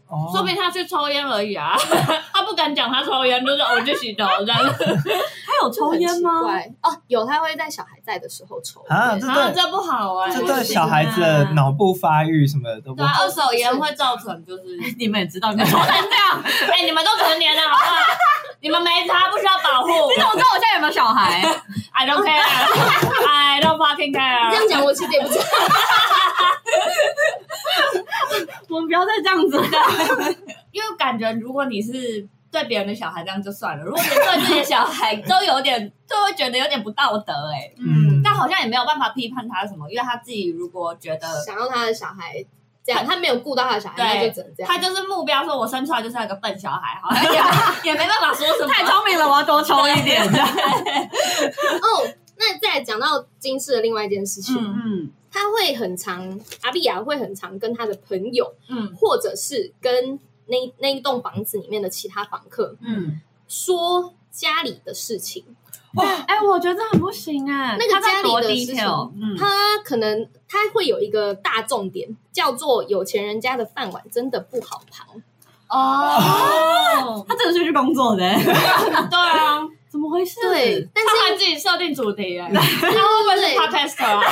[SPEAKER 2] 哦
[SPEAKER 1] 说明他去抽烟而已啊， 他不敢讲他抽烟，就是我去洗头这样。
[SPEAKER 4] 他有
[SPEAKER 3] 就
[SPEAKER 4] 哦抽
[SPEAKER 3] 很奇
[SPEAKER 4] 烟吗？
[SPEAKER 3] 怪哦，有他会在小孩在的时候抽
[SPEAKER 2] 啊，
[SPEAKER 3] 烟
[SPEAKER 2] 这
[SPEAKER 1] 啊，
[SPEAKER 2] 对
[SPEAKER 1] 这不好哎、
[SPEAKER 2] 这
[SPEAKER 1] 欸，
[SPEAKER 2] 对小孩子的脑部发育什么的都不
[SPEAKER 1] 对啊
[SPEAKER 2] 好。，
[SPEAKER 1] 二手烟会造成 就是，
[SPEAKER 4] 你们也知道，你们抽成这样，你
[SPEAKER 1] 哎、你们都成年了好不好？你们没差，不需要保护。
[SPEAKER 4] 怎么知道 我现在有没有小孩？
[SPEAKER 1] I don't care, I don't fucking
[SPEAKER 3] 这
[SPEAKER 1] care。
[SPEAKER 3] 样讲我其实也不知道，
[SPEAKER 4] 我们不要再这样子了。
[SPEAKER 1] 因为感觉如果你是对别人的小孩这样就算了，如果你对自己的小孩都有点，就会觉得有点不道德哎、
[SPEAKER 2] 嗯
[SPEAKER 1] 但好像也没有办法批判他什么，因为他自己如果觉得
[SPEAKER 3] 想要他的小孩这样，他没有顾到他的小孩，
[SPEAKER 1] 对
[SPEAKER 3] 那就只能这样。
[SPEAKER 1] 他就是目标，说我生出来就是那个笨小孩， 好像 也也没办法说什么。
[SPEAKER 4] 太聪明了，我要多抽一点。
[SPEAKER 3] 哦，那再来讲到金氏的另外一件事情，
[SPEAKER 1] 嗯
[SPEAKER 4] 嗯，
[SPEAKER 3] 他会很常阿碧雅会很常跟他的朋友，
[SPEAKER 1] 嗯
[SPEAKER 3] 或者是跟那那一栋房子里面的其他房客
[SPEAKER 1] 嗯，
[SPEAKER 3] 说家里的事情。
[SPEAKER 4] 哎、我觉得这很不行哎、
[SPEAKER 3] 那个
[SPEAKER 4] 他
[SPEAKER 3] 家
[SPEAKER 4] 在
[SPEAKER 3] 里
[SPEAKER 4] 多
[SPEAKER 3] 的事情
[SPEAKER 4] detail，嗯，
[SPEAKER 3] 他可能他会有一个大重点，叫做有钱人家的饭碗真的不好旁。
[SPEAKER 1] 哦，
[SPEAKER 4] 他真的是去工作的、哎
[SPEAKER 1] 对啊，
[SPEAKER 4] 怎么回事？
[SPEAKER 3] 对，，但
[SPEAKER 1] 他
[SPEAKER 3] 是
[SPEAKER 1] 还自己设定主题耶，欸他会不会是 podcaster 啊？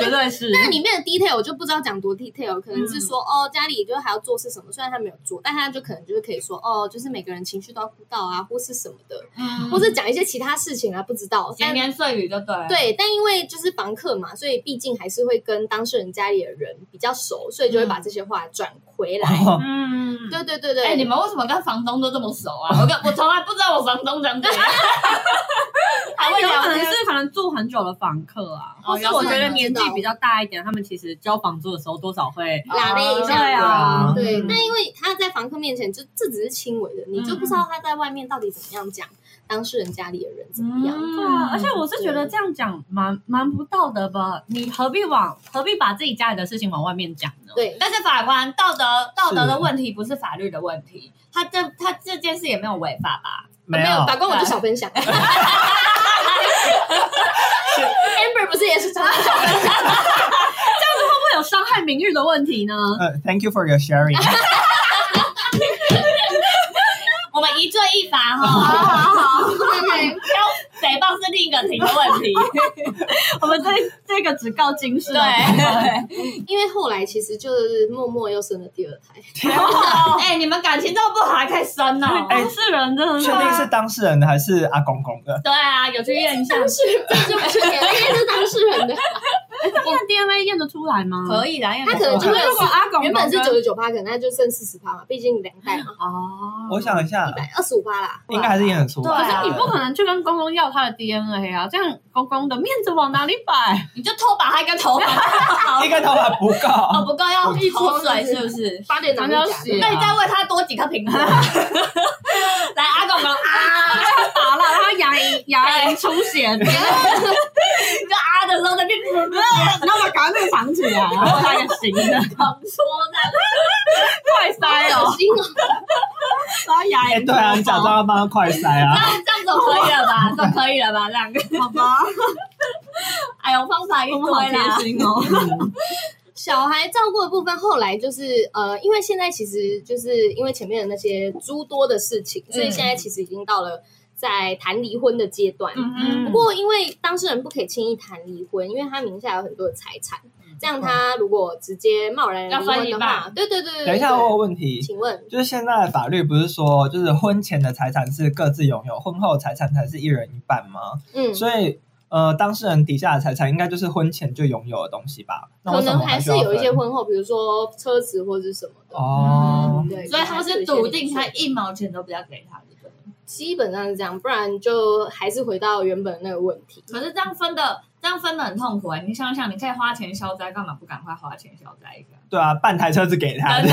[SPEAKER 4] 绝对是。
[SPEAKER 3] 那里面的 detail 我就不知道讲多 detail，可能是说、哦家里就还要做是什么，虽然他没有做，但他就可能就是可以说哦，就是每个人情绪都要顾到啊，或是什么的，
[SPEAKER 1] 嗯
[SPEAKER 3] 或是讲一些其他事情啊，不知道。
[SPEAKER 1] 闲
[SPEAKER 3] 但
[SPEAKER 1] 言碎语就对了。
[SPEAKER 3] 对，但因为就是房客嘛，所以毕竟还是会跟当事人家里的人比较熟，所以就会把这些话转回来。
[SPEAKER 2] 哦
[SPEAKER 1] 嗯，
[SPEAKER 3] 对对对对，
[SPEAKER 1] 哎、你们为什么跟房东都这么熟啊？我跟我从来不知道我房东长怎样， 还会
[SPEAKER 4] 哎有
[SPEAKER 1] 聊
[SPEAKER 4] 可能
[SPEAKER 1] 天
[SPEAKER 4] 是可能住很久的房客啊，
[SPEAKER 1] 哦
[SPEAKER 4] 或是我觉
[SPEAKER 3] 有可
[SPEAKER 4] 得
[SPEAKER 3] 能
[SPEAKER 4] 年纪比较大一点，他们其实交房租的时候多少会，
[SPEAKER 3] 拉了一
[SPEAKER 1] 哦
[SPEAKER 3] 下，
[SPEAKER 4] 对啊
[SPEAKER 3] 对，
[SPEAKER 1] 嗯
[SPEAKER 3] 那因为他在房客面前就这只是轻微的，你就不知道他在外面到底怎么样讲当事人家里的人怎么样。
[SPEAKER 1] 嗯
[SPEAKER 4] 对啊，而且我是觉得这样讲蛮蛮不道德吧？你何必往何必把自己家里的事情往外面讲呢？
[SPEAKER 3] 对，
[SPEAKER 1] 但是法官道德道德的问题不是法律的问题，他这他这件事也没有违法吧
[SPEAKER 2] 没有
[SPEAKER 3] 法官我就想分 享，Amber 不是也是常常想 分享？
[SPEAKER 4] 会有伤害名誉的问题呢？
[SPEAKER 2] 呃，Thank you for your sharing。
[SPEAKER 1] 我们一罪一罚
[SPEAKER 3] 好
[SPEAKER 1] 哈，
[SPEAKER 3] 好好，OK，
[SPEAKER 1] 挑诽谤是另一个题的问 题。
[SPEAKER 4] 我们这这个只告哎金氏
[SPEAKER 1] 对
[SPEAKER 4] 的，
[SPEAKER 3] 因为后来其实就是默默又生了第二胎，
[SPEAKER 1] 哎、你们感情这么不好还可以生哦呢、
[SPEAKER 4] 哎当事人真的是
[SPEAKER 2] 确定是当事人的还是阿公公的？
[SPEAKER 1] 对啊，有去验一下，
[SPEAKER 3] 当事人这不是因为是当事人的，
[SPEAKER 4] 看 DNA 验得出来吗？
[SPEAKER 1] 可
[SPEAKER 4] 以，
[SPEAKER 1] 以啦，因为
[SPEAKER 3] 他可能就会
[SPEAKER 4] 如果阿公
[SPEAKER 3] 原本是
[SPEAKER 4] 公
[SPEAKER 3] 九
[SPEAKER 4] 跟
[SPEAKER 3] 十九趴，可能那就剩四十趴嘛，毕竟两代嘛，
[SPEAKER 4] 哦，
[SPEAKER 2] 我想一下
[SPEAKER 3] 嗯一，百二十五趴啦。
[SPEAKER 2] 嗯应该还是演得出
[SPEAKER 1] 对
[SPEAKER 4] 可
[SPEAKER 1] 啊
[SPEAKER 4] 是你不可能去跟公公要他的 DNA 啊，这样公公的面子往哪里摆？
[SPEAKER 1] 你就偷把他一根头发 拔好
[SPEAKER 2] 一，根头发不
[SPEAKER 1] 哦
[SPEAKER 2] 够，
[SPEAKER 1] 不够要
[SPEAKER 3] 一撮
[SPEAKER 1] 口水是不是？
[SPEAKER 3] 八点档
[SPEAKER 4] 要
[SPEAKER 3] 就假的
[SPEAKER 4] 洗
[SPEAKER 1] 那你再喂他多几颗苹果。来，阿公公啊，
[SPEAKER 4] 还出血，你就啊的时候在 那边，
[SPEAKER 1] 嗯
[SPEAKER 4] 然后把赶快被藏起来，然后他也行的，
[SPEAKER 1] 狂说的，
[SPEAKER 4] 快塞
[SPEAKER 3] 小
[SPEAKER 4] 哦，
[SPEAKER 3] 心哦，
[SPEAKER 4] 塞牙
[SPEAKER 2] 哎、
[SPEAKER 4] 龈。
[SPEAKER 2] 对啊，你假装要帮他快塞啊，
[SPEAKER 1] 那这样总可以了吧？总可以了吧？这样，
[SPEAKER 4] 好吧，
[SPEAKER 1] 哎呦，方法一
[SPEAKER 4] 我们好
[SPEAKER 1] 堆啦
[SPEAKER 4] 贴。心哦。
[SPEAKER 2] 嗯
[SPEAKER 3] 小孩照顾的部分，后来就是呃，因为现在其实就是因为前面的那些诸多的事
[SPEAKER 1] 嗯
[SPEAKER 3] 情，所以现在其实已经到了在谈离婚的阶段。
[SPEAKER 1] 嗯
[SPEAKER 3] 不
[SPEAKER 1] 嗯，
[SPEAKER 3] 过，因为当事人不可以轻易谈离婚，因为他名下有很多的财产，这样他如果直接贸然离婚
[SPEAKER 1] 嗯
[SPEAKER 3] 的
[SPEAKER 1] 要分一
[SPEAKER 3] 话，对对对对对。
[SPEAKER 2] 等一下我有问题，
[SPEAKER 3] 请问
[SPEAKER 2] 就是现在的法律不是说，就是婚前的财产是各自拥有，婚后的财产才是一人一半吗？
[SPEAKER 3] 嗯，
[SPEAKER 2] 所以，呃，当事人底下的财产应该就是婚前就拥有的东西吧？那
[SPEAKER 3] 可
[SPEAKER 2] 为什
[SPEAKER 3] 能
[SPEAKER 2] 么
[SPEAKER 3] 还是
[SPEAKER 2] 需要
[SPEAKER 3] 有一
[SPEAKER 2] 分
[SPEAKER 3] 些婚后，比如说车子或者是什么的。
[SPEAKER 2] 哦
[SPEAKER 3] 嗯，对，
[SPEAKER 1] 所以他们是笃定他一毛钱都不要给他的。
[SPEAKER 3] 基本上是这样，不然就还是回到原本那个问题。
[SPEAKER 1] 可是这样分的，这样分的很痛苦哎、你想想，你可以花钱消灾，干嘛不赶快花钱消灾一个？
[SPEAKER 2] 对啊，半台车子给他，
[SPEAKER 1] 真的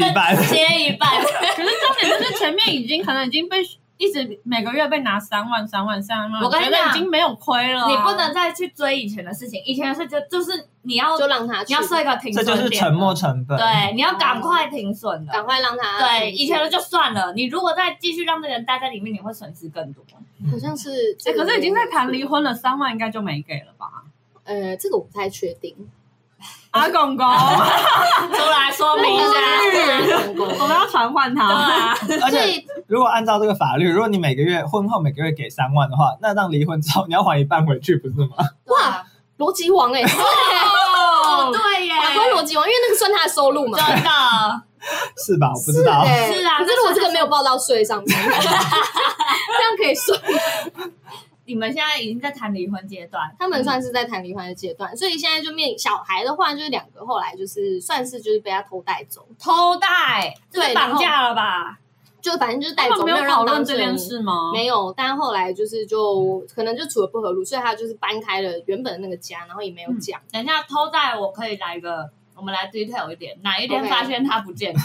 [SPEAKER 2] 去一半。
[SPEAKER 1] 切一半，
[SPEAKER 4] 可是重点就是前面已经可能已经被一直每个月被拿三万、三万、三万，
[SPEAKER 1] 我跟你
[SPEAKER 4] 觉得
[SPEAKER 1] 讲
[SPEAKER 4] 已经没有亏了啊、
[SPEAKER 1] 你不能再去追以前的事情。以前的事就就是你要
[SPEAKER 3] 就让他去
[SPEAKER 1] 你要设一个停
[SPEAKER 2] 这
[SPEAKER 1] 损点，
[SPEAKER 2] 就是沉没成本。
[SPEAKER 1] 对，你要赶快停损的。
[SPEAKER 3] 赶快让他
[SPEAKER 1] 对，
[SPEAKER 3] 去
[SPEAKER 1] 以前的就算了，你如果再继续让这个人待在里面，你会损失更多。
[SPEAKER 2] 嗯，
[SPEAKER 3] 好像是
[SPEAKER 4] 哎、
[SPEAKER 3] 这个、
[SPEAKER 4] 可是已经在谈离，婚了，三万应该就没给了吧？
[SPEAKER 3] 呃，这个我不太确定。
[SPEAKER 4] 阿公 公，
[SPEAKER 1] 出来说明一下，
[SPEAKER 4] 我
[SPEAKER 3] 我
[SPEAKER 4] 们要传唤
[SPEAKER 1] 对
[SPEAKER 4] 他。
[SPEAKER 1] 啊，
[SPEAKER 2] 而
[SPEAKER 3] 啊所
[SPEAKER 2] 且
[SPEAKER 3] 以
[SPEAKER 2] 如果按照这个法律，如果你每个月婚后每个月给三万的话，那让离婚之后你要还一半回去，不是吗？
[SPEAKER 1] 哇，
[SPEAKER 3] 逻辑王哎、
[SPEAKER 1] 哦，对耶，
[SPEAKER 3] 法官逻辑王，因为那个算他的收入嘛。
[SPEAKER 1] 真的。
[SPEAKER 2] 是吧？我不知道。
[SPEAKER 3] 欸
[SPEAKER 1] 是啊
[SPEAKER 3] 可是如果这个没有报到 税上面，这样可以算。
[SPEAKER 1] 你们现在已经在谈离婚阶段，
[SPEAKER 3] 他们算是在谈离婚的阶段，所以现在就面小孩的话，就是两个后来就是算是就是被他偷带走，
[SPEAKER 1] 偷带，这
[SPEAKER 3] 对
[SPEAKER 1] 是绑架了吧？
[SPEAKER 3] 就反正就是
[SPEAKER 1] 哎
[SPEAKER 3] 带
[SPEAKER 4] 他
[SPEAKER 3] 走，
[SPEAKER 4] 们
[SPEAKER 3] 没
[SPEAKER 4] 没有
[SPEAKER 3] 有
[SPEAKER 4] 讨
[SPEAKER 3] 让
[SPEAKER 4] 论
[SPEAKER 3] 当
[SPEAKER 4] 这
[SPEAKER 3] 事人
[SPEAKER 4] 件事
[SPEAKER 1] 哦
[SPEAKER 4] 吗？
[SPEAKER 3] 没有，但后来就是就可能就处了不合路，所以他就是搬开了原本的那个家，然后也没
[SPEAKER 1] 嗯
[SPEAKER 3] 有讲。
[SPEAKER 1] 等一下偷带，我可以来个，我们来 detail 一点，哪一天
[SPEAKER 3] OK
[SPEAKER 1] 发现他不见了？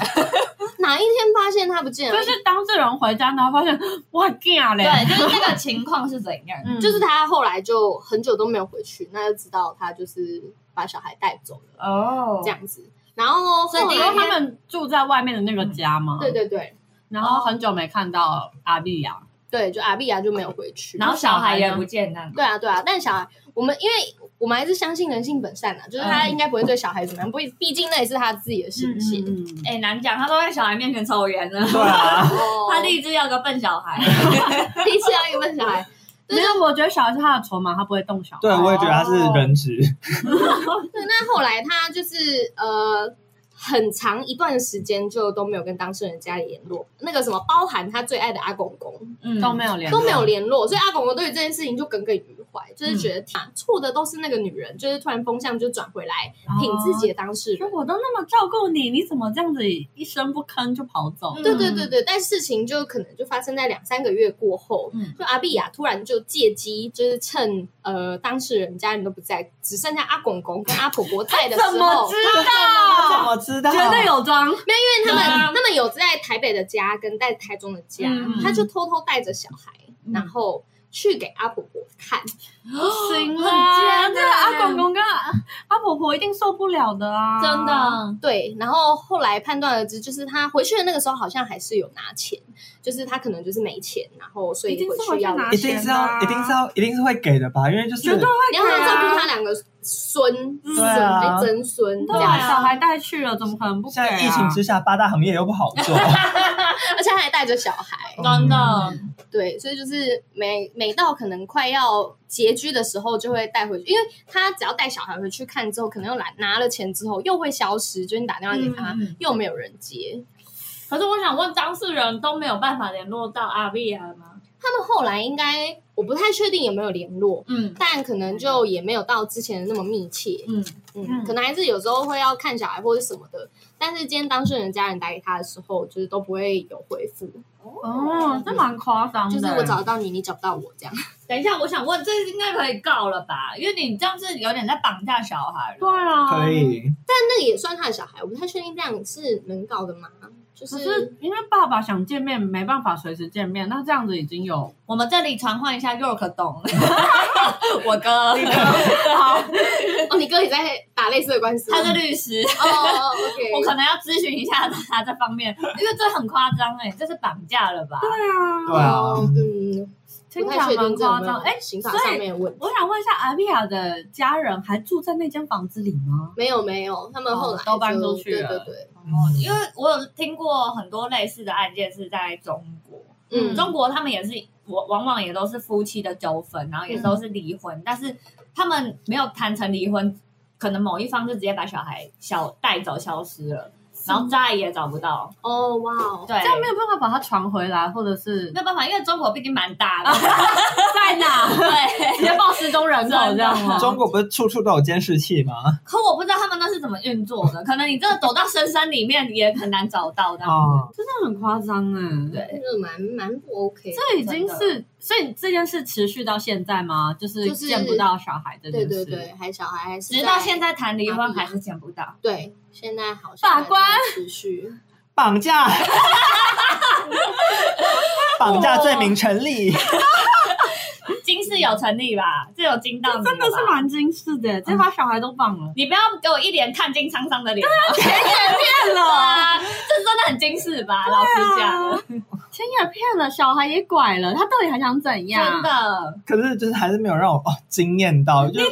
[SPEAKER 3] 哪一天发现他不见了
[SPEAKER 4] 就？是当事人回家，然后发现哇，干嘞！
[SPEAKER 1] 对，就是那个情况是怎样？
[SPEAKER 4] 嗯
[SPEAKER 3] 就是他后来就很久都没有回去，那就知道他就是把小孩带走 了
[SPEAKER 1] 哦
[SPEAKER 3] 这样子。然后
[SPEAKER 1] 所以
[SPEAKER 3] 后
[SPEAKER 1] 第
[SPEAKER 4] 然
[SPEAKER 1] 一
[SPEAKER 4] 后
[SPEAKER 3] 来，
[SPEAKER 4] 他们住在外面的那个家嘛，
[SPEAKER 3] 对，对对
[SPEAKER 4] 然后很久没看到阿啊碧呀，
[SPEAKER 3] 对，就阿碧啊亚就没有回去。
[SPEAKER 1] 然后小孩也不见那样
[SPEAKER 3] 对啊对啊，但小孩我们因为我们还是相信人性本善啊，就是他
[SPEAKER 1] 嗯
[SPEAKER 3] 应该不会对小孩怎么样，不，毕竟那也是他自己的心情。
[SPEAKER 4] 嗯嗯
[SPEAKER 1] 哎、难讲，他都在小孩面前抽烟呢。
[SPEAKER 2] 对
[SPEAKER 1] 嗯
[SPEAKER 2] 啊，
[SPEAKER 3] 哦
[SPEAKER 1] 他立志要个笨小 孩，
[SPEAKER 3] 第一次要一个小孩，
[SPEAKER 4] 没有，我觉得小孩是他的筹码，他不会动小孩。
[SPEAKER 2] 对，我也觉得他是人质。
[SPEAKER 3] 对，那后来他就是呃，很长一段时间就都没有跟当事人家里联络，那个什么，包含他最爱的阿公公
[SPEAKER 1] 嗯，
[SPEAKER 4] 都没有联络
[SPEAKER 3] 都没有联络，所以阿公公对于这件事情就耿耿于怀，就是
[SPEAKER 4] 嗯
[SPEAKER 3] 觉得他错的都是那个女人，就是突然风向就转回来，
[SPEAKER 4] 哦
[SPEAKER 3] 挺自己的当事
[SPEAKER 4] 说
[SPEAKER 3] 人。
[SPEAKER 4] 我都那么照顾你，你怎么这样子一声不吭就跑走？
[SPEAKER 1] 嗯
[SPEAKER 3] 对对对对，但事情就可能就发生在两三个月过后，
[SPEAKER 1] 嗯
[SPEAKER 3] 就阿碧雅突然就借机，就是趁呃当事人家人都不在，只剩下阿公公跟阿婆婆在 的时候，
[SPEAKER 4] 知
[SPEAKER 2] 他怎？么知道？
[SPEAKER 4] 绝对有装，
[SPEAKER 3] 因为他们、
[SPEAKER 1] 对
[SPEAKER 4] 嗯
[SPEAKER 1] 啊
[SPEAKER 3] 他们有在台北的家跟在台中的家，
[SPEAKER 1] 嗯
[SPEAKER 3] 他就偷偷带着小孩，
[SPEAKER 1] 嗯
[SPEAKER 3] 然后去给阿婆婆看。
[SPEAKER 4] 行
[SPEAKER 1] 啊
[SPEAKER 4] 这个阿公公跟阿阿婆婆一定受不了的啊！
[SPEAKER 1] 真的，
[SPEAKER 3] 对，然后后来判断而知，就是他回去的那个时候好像还是有拿钱，就是他可能就是没钱，然后所以
[SPEAKER 4] 一定是
[SPEAKER 3] 去要
[SPEAKER 4] 回去拿
[SPEAKER 3] 拿
[SPEAKER 2] 一
[SPEAKER 3] 钱。
[SPEAKER 2] 定是要，一定是要，一定是会给的吧？因为就是
[SPEAKER 4] 绝对会
[SPEAKER 3] 你要
[SPEAKER 4] 给
[SPEAKER 3] 他
[SPEAKER 4] 啊
[SPEAKER 3] 照顾他两个孙、
[SPEAKER 4] 嗯
[SPEAKER 3] 孙、
[SPEAKER 2] 对啊
[SPEAKER 3] 哎曾孙这
[SPEAKER 4] 对
[SPEAKER 3] 样，
[SPEAKER 4] 啊，小孩带去了，怎么可能不给
[SPEAKER 2] 现
[SPEAKER 4] 啊？
[SPEAKER 2] 在疫情之下，八大行业又不好做。
[SPEAKER 3] 而且他还带着小孩。
[SPEAKER 1] 真的
[SPEAKER 2] 嗯，
[SPEAKER 3] 对，所以就是每每到可能快要拮据的时候，就会带回去，因为他只要带小孩回去看之后，可能又拿拿了钱之后又会消失，就是你打电话给他、
[SPEAKER 1] 嗯嗯
[SPEAKER 3] 又没有人接。
[SPEAKER 1] 可是我想问，当事人都没有办法联络到阿 V R 吗？
[SPEAKER 3] 他们后来应该我不太确定有没有联络，
[SPEAKER 1] 嗯
[SPEAKER 3] 但可能就也没有到之前的那么密切，
[SPEAKER 1] 嗯，
[SPEAKER 3] 嗯，
[SPEAKER 4] 嗯
[SPEAKER 3] 可能还是有时候会要看小孩或者什么的。但是今天当事人的家人打给他的时候，就是都不会有回复，
[SPEAKER 4] 哦，这蛮夸张的。
[SPEAKER 3] 就是我找得到你，你找不到我这样。
[SPEAKER 1] 等一下，我想问，这应该可以告了吧？因为你这样是有点在绑架小孩了。
[SPEAKER 4] 对啊，
[SPEAKER 2] 可以，
[SPEAKER 3] 那个也算他的小孩，我不太确定这样是能搞的吗？就
[SPEAKER 4] 可
[SPEAKER 3] 是
[SPEAKER 4] 是因为爸爸想见面，没办法随时见面，那这样子已经有
[SPEAKER 1] 我们这里传唤一下 York 懂， 我哥，好，
[SPEAKER 3] 哦，你哥也在打类似的官司吗，
[SPEAKER 1] 他是律师，
[SPEAKER 3] 哦哦，OK，
[SPEAKER 1] 我可能要咨询一下他这方面，因为这很夸张哎，这是绑架了吧？
[SPEAKER 4] 啊
[SPEAKER 2] 对啊
[SPEAKER 3] 哦嗯，
[SPEAKER 4] 听
[SPEAKER 3] 不
[SPEAKER 4] 起
[SPEAKER 3] 太
[SPEAKER 4] 来
[SPEAKER 3] 确定
[SPEAKER 4] 蛮
[SPEAKER 3] 这有
[SPEAKER 4] 夸
[SPEAKER 3] 没
[SPEAKER 4] 张。
[SPEAKER 3] 有
[SPEAKER 4] 哎、
[SPEAKER 3] 刑法
[SPEAKER 4] 所
[SPEAKER 3] 上
[SPEAKER 4] 以
[SPEAKER 3] 面的问题。
[SPEAKER 4] 我想问一下，阿比亚的家人还住在那间房子里吗？
[SPEAKER 3] 没有没有，他们后来
[SPEAKER 4] 哦都搬
[SPEAKER 3] 就
[SPEAKER 4] 出去了
[SPEAKER 3] 对对对，
[SPEAKER 1] 哦，因为我有听过很多类似的案件是在中国，
[SPEAKER 3] 嗯，
[SPEAKER 1] 中国他们也是，我往往也都是夫妻的纠纷，然后也都是离婚，但是他们没有谈成离婚，可能某一方就直接把小孩小带走消失了，然后再也找不到。
[SPEAKER 3] 哦哇哦，
[SPEAKER 1] 对，
[SPEAKER 4] 这样没有办法把它传回来，或者是
[SPEAKER 1] 没有办法，因为中国毕竟蛮大的，
[SPEAKER 4] 在哪？
[SPEAKER 1] 对。
[SPEAKER 4] 直接报失踪人口 这样吗？
[SPEAKER 2] 中国不是处处都有监视器吗？
[SPEAKER 1] 可我不知道他们那是怎么运作的，可能你真的走到深山里面也很难找到的。
[SPEAKER 2] 哦，
[SPEAKER 4] 真的很夸张哎。
[SPEAKER 1] 对，
[SPEAKER 3] 就是蛮蛮不 OK 的。
[SPEAKER 4] 这已经是，所以这件事持续到现在吗？就是
[SPEAKER 3] 就是
[SPEAKER 4] 见不到小孩这件
[SPEAKER 3] 对
[SPEAKER 4] 事。
[SPEAKER 3] 对对，还小孩还是
[SPEAKER 1] 直到
[SPEAKER 3] 在
[SPEAKER 1] 现在谈离
[SPEAKER 3] 哪
[SPEAKER 1] 婚
[SPEAKER 3] 里啊
[SPEAKER 1] 还是见不到。
[SPEAKER 3] 对，现在好像
[SPEAKER 4] 法官
[SPEAKER 3] 还在持续，
[SPEAKER 2] 绑架，绑架罪名成立，
[SPEAKER 1] 金是有成立吧？这有惊到你
[SPEAKER 4] 真的是
[SPEAKER 1] 吧
[SPEAKER 4] 蛮惊世的，直接把小孩都绑了，
[SPEAKER 1] 你不要给我一脸看尽沧桑的脸，对
[SPEAKER 4] 骗哦了，
[SPEAKER 1] 啊，这真的很惊世吧？
[SPEAKER 4] 啊
[SPEAKER 1] 老实讲，
[SPEAKER 4] 钱也骗了，小孩也拐了，他到底还想怎样？
[SPEAKER 1] 真的，
[SPEAKER 2] 可是就是还是没有让我哦惊艳到，就
[SPEAKER 3] 这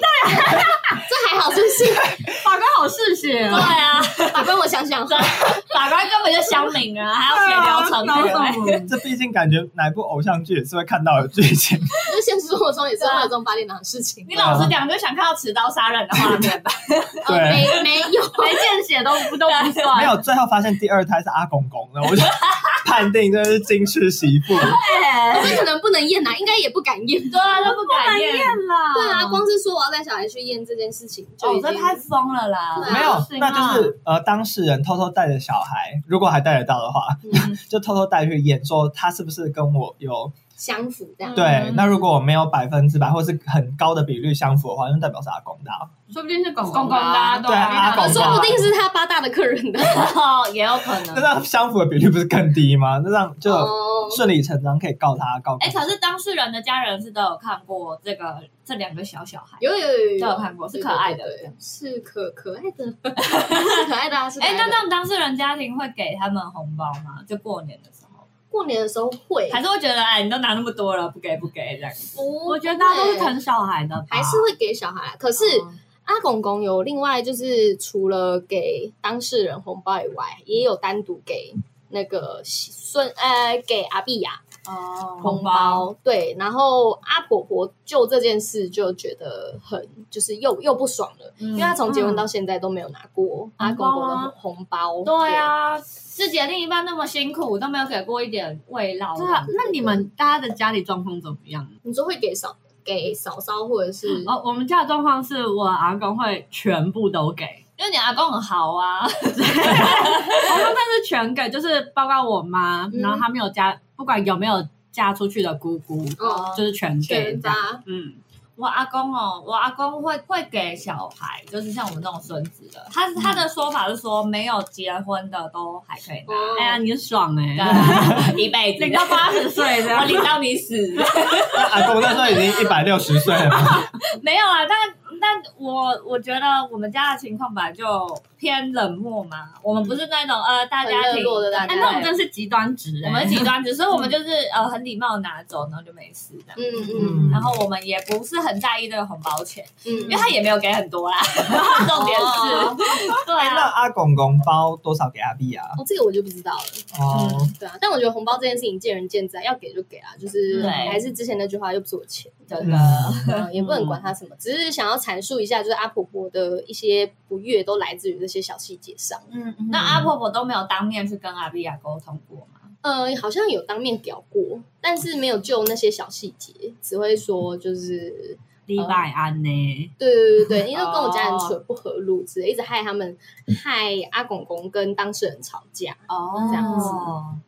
[SPEAKER 3] 还好，真是
[SPEAKER 4] 法官好嗜血
[SPEAKER 1] 对
[SPEAKER 4] 哦，
[SPEAKER 1] 啊，
[SPEAKER 3] 法官，我想想，
[SPEAKER 1] 法官根本就乡民 啊，还要写流程
[SPEAKER 4] 对
[SPEAKER 1] 对不
[SPEAKER 4] 啊
[SPEAKER 1] 对？
[SPEAKER 4] 搞什么
[SPEAKER 2] 这毕竟感觉哪部偶像剧也是会看到的剧 情，
[SPEAKER 3] 就是现实生活中也是会有这种八点档的事情。
[SPEAKER 1] 你老实讲，就想看到持刀杀人的画 面吧？
[SPEAKER 3] 呃没没有，
[SPEAKER 4] 没见血都不都不算，
[SPEAKER 2] 没有最后发现第二胎是阿公公的，我就 判定这是金氏媳 妇。
[SPEAKER 4] 对
[SPEAKER 3] 这可能不能验啊，应该也不敢验。
[SPEAKER 1] 对啊，都不敢验。
[SPEAKER 4] 啦
[SPEAKER 3] 对啊，光是说我要带小孩去验这件事情，就
[SPEAKER 1] 哦
[SPEAKER 3] 已，
[SPEAKER 1] 这
[SPEAKER 3] 经
[SPEAKER 1] 太疯了啦！
[SPEAKER 3] 对啊
[SPEAKER 2] 没有
[SPEAKER 4] 不，行啊
[SPEAKER 2] 那就是呃，当事人偷偷带着小孩，如果还带得到的话，
[SPEAKER 3] 嗯
[SPEAKER 2] 就偷偷带去验，说他是不是跟我有
[SPEAKER 3] 相符这样。
[SPEAKER 2] 对。
[SPEAKER 1] 嗯
[SPEAKER 2] 那如果我没有百分之百或是很高的比率相符的话，那代表是阿公的啊。
[SPEAKER 4] 说不定是公
[SPEAKER 1] 公公的啊
[SPEAKER 4] 哦吧，
[SPEAKER 1] 对啊
[SPEAKER 2] 对啊
[SPEAKER 1] 没
[SPEAKER 2] 公
[SPEAKER 1] 想
[SPEAKER 2] 公
[SPEAKER 1] 到
[SPEAKER 3] 说不定是他八大的客人的
[SPEAKER 1] 哦，也有可
[SPEAKER 2] 那
[SPEAKER 1] 能。
[SPEAKER 2] 让相符的比率不是更低吗？那让就
[SPEAKER 3] 哦，
[SPEAKER 2] 顺理成章可以告他告
[SPEAKER 1] 哎，
[SPEAKER 2] 公。
[SPEAKER 1] 可是当事人的家人是都有看过这个这两个小小孩，
[SPEAKER 3] 有有有有
[SPEAKER 1] 都有看过，是可爱的。
[SPEAKER 3] 对对对是可可爱 的，是可爱的啊，是可
[SPEAKER 1] 哎，
[SPEAKER 3] 爱的。
[SPEAKER 1] 那这样当事人家庭会给他们红包吗？就过年的时候，
[SPEAKER 3] 过年的时候会，
[SPEAKER 1] 还是会觉得哎，你都拿那么多了，不给不给这样？
[SPEAKER 3] 不
[SPEAKER 4] 我觉得大家都是
[SPEAKER 3] 会
[SPEAKER 4] 疼小孩的吧，
[SPEAKER 3] 还是会给小孩啊。可是
[SPEAKER 4] 嗯
[SPEAKER 3] 阿公公有另外就是除了给当事人红包以外，也有单独给那个孙呃给阿碧雅
[SPEAKER 1] 哦，
[SPEAKER 3] 红包。对，啊然后阿婆婆就这件事就觉得很就是又又不爽了，
[SPEAKER 1] 因
[SPEAKER 3] 因为她从结婚到现在都没有拿过阿公公的嗯红包。
[SPEAKER 1] 对，啊，自己的另一半那么辛苦，都没有给过一点慰劳。
[SPEAKER 4] 对啊，那你们大家的家里状况怎么样？
[SPEAKER 3] 你说会给嫂给嫂嫂或者是
[SPEAKER 4] 哦，我们家的状况是我阿公会全部都给，
[SPEAKER 1] 因为你阿公很好啊，
[SPEAKER 4] 阿公但是全给，就是包括我妈，
[SPEAKER 3] 嗯
[SPEAKER 4] 然后她没有嫁，不管有没有嫁出去的姑姑，
[SPEAKER 3] 哦
[SPEAKER 4] 就是全给
[SPEAKER 3] 全
[SPEAKER 4] 这样。
[SPEAKER 3] 发
[SPEAKER 4] 嗯，
[SPEAKER 1] 我阿公哦，我阿公会会给小孩，就是像我们这种孙子的，他
[SPEAKER 4] 嗯
[SPEAKER 1] 他的说法是说，没有结婚的都还可以拿
[SPEAKER 3] 哦
[SPEAKER 4] 哎呀，你爽哎、
[SPEAKER 1] 对，啊一辈子
[SPEAKER 4] 领到八十岁啊 这
[SPEAKER 1] 我
[SPEAKER 4] 样。
[SPEAKER 1] 领到你死，
[SPEAKER 2] 那阿公那时候已经一百六十岁了嘛，
[SPEAKER 1] 没有啊，但但我我觉得我们家的情况本来就偏冷漠嘛，我们不是那种呃大家
[SPEAKER 3] 嗯很
[SPEAKER 1] 庭
[SPEAKER 3] 热络的大家
[SPEAKER 4] 哎，
[SPEAKER 1] 对
[SPEAKER 4] 那我们真是极端值、哎
[SPEAKER 1] 我们极端，只是我们就是呃很礼貌地拿走，然后就没事的。
[SPEAKER 3] 嗯嗯
[SPEAKER 2] 嗯
[SPEAKER 1] 然后我们也不是很在意这个红包钱，
[SPEAKER 3] 嗯，
[SPEAKER 1] 因为他也没有给很 多啦。重点
[SPEAKER 3] 哦
[SPEAKER 1] 是，对
[SPEAKER 2] 那
[SPEAKER 1] 啊，
[SPEAKER 2] 阿公公包多少给阿碧啊？
[SPEAKER 3] 哦，这个我就不知道了。
[SPEAKER 2] 哦，
[SPEAKER 3] 对啊，但我觉得红包这件事情见仁见智啊，要给就给啊，就是
[SPEAKER 1] 对
[SPEAKER 3] 还是之前那句话，又不是 我钱，
[SPEAKER 1] 真的
[SPEAKER 2] 嗯
[SPEAKER 3] 嗯也不能管他什么，只是想要阐述一下，就是阿婆婆的一些不悦都来自于这些小细节上。
[SPEAKER 1] 嗯，那阿婆婆都没有当面去跟阿比亚沟通过吗？
[SPEAKER 3] 呃，好像有当面屌过，但是没有就那些小细节，只会说就是
[SPEAKER 4] 礼拜安呢、
[SPEAKER 3] 对对对对，因为跟我家人
[SPEAKER 1] 哦
[SPEAKER 3] 处得不合路之类，一直害他们害阿公公跟当事人吵架。
[SPEAKER 1] 哦
[SPEAKER 3] 这样子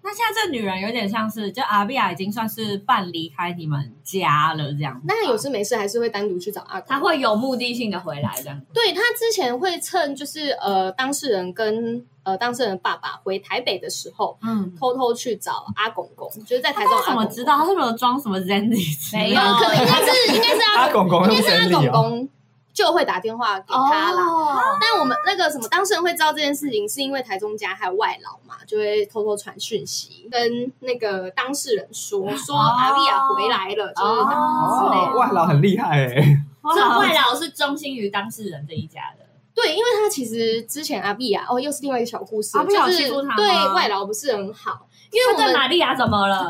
[SPEAKER 4] 那现在这女人有点像是，就阿碧亚已经算是半离开你们家了这样。
[SPEAKER 3] 那有事没事还是会单独去找阿公，
[SPEAKER 1] 她会有目的性的回来这样。
[SPEAKER 3] 对他之前会趁就是呃当事人跟呃当事人的爸爸回台北的时候，
[SPEAKER 4] 嗯，
[SPEAKER 3] 偷偷去找阿公公，就是在台中
[SPEAKER 4] 他怎
[SPEAKER 3] 的阿公
[SPEAKER 4] 么
[SPEAKER 3] 公
[SPEAKER 4] 知道？他是不是有装什么 Zendy？
[SPEAKER 1] 没
[SPEAKER 3] 有，可能应该是应该是 阿
[SPEAKER 2] 阿
[SPEAKER 3] 公，
[SPEAKER 2] 公公
[SPEAKER 3] 应该
[SPEAKER 2] 用
[SPEAKER 3] 是啊阿
[SPEAKER 2] 整理
[SPEAKER 3] 公
[SPEAKER 2] 哦，
[SPEAKER 3] 公就会打电话给他啦。
[SPEAKER 1] 哦，
[SPEAKER 3] 但我们那个什么当事人会知道这件事情，是因为台中家还有外劳嘛，就会偷偷传讯息跟那个当事人说，说
[SPEAKER 4] 哦
[SPEAKER 3] 阿丽亚回来了，就是打之类
[SPEAKER 2] 哦，
[SPEAKER 3] 的。
[SPEAKER 2] 外劳很厉害哎，
[SPEAKER 1] 所以外劳是忠心于当事人这一家的。
[SPEAKER 3] 对，因为他其实之前阿碧亚哦，又是另外一个小故事，
[SPEAKER 4] 阿碧
[SPEAKER 3] 就
[SPEAKER 4] 亚
[SPEAKER 3] 是
[SPEAKER 4] 欺负他吗
[SPEAKER 3] 对外劳不是很好，因为
[SPEAKER 1] 他
[SPEAKER 3] 我
[SPEAKER 1] 对
[SPEAKER 3] 们
[SPEAKER 1] 玛利亚怎么了？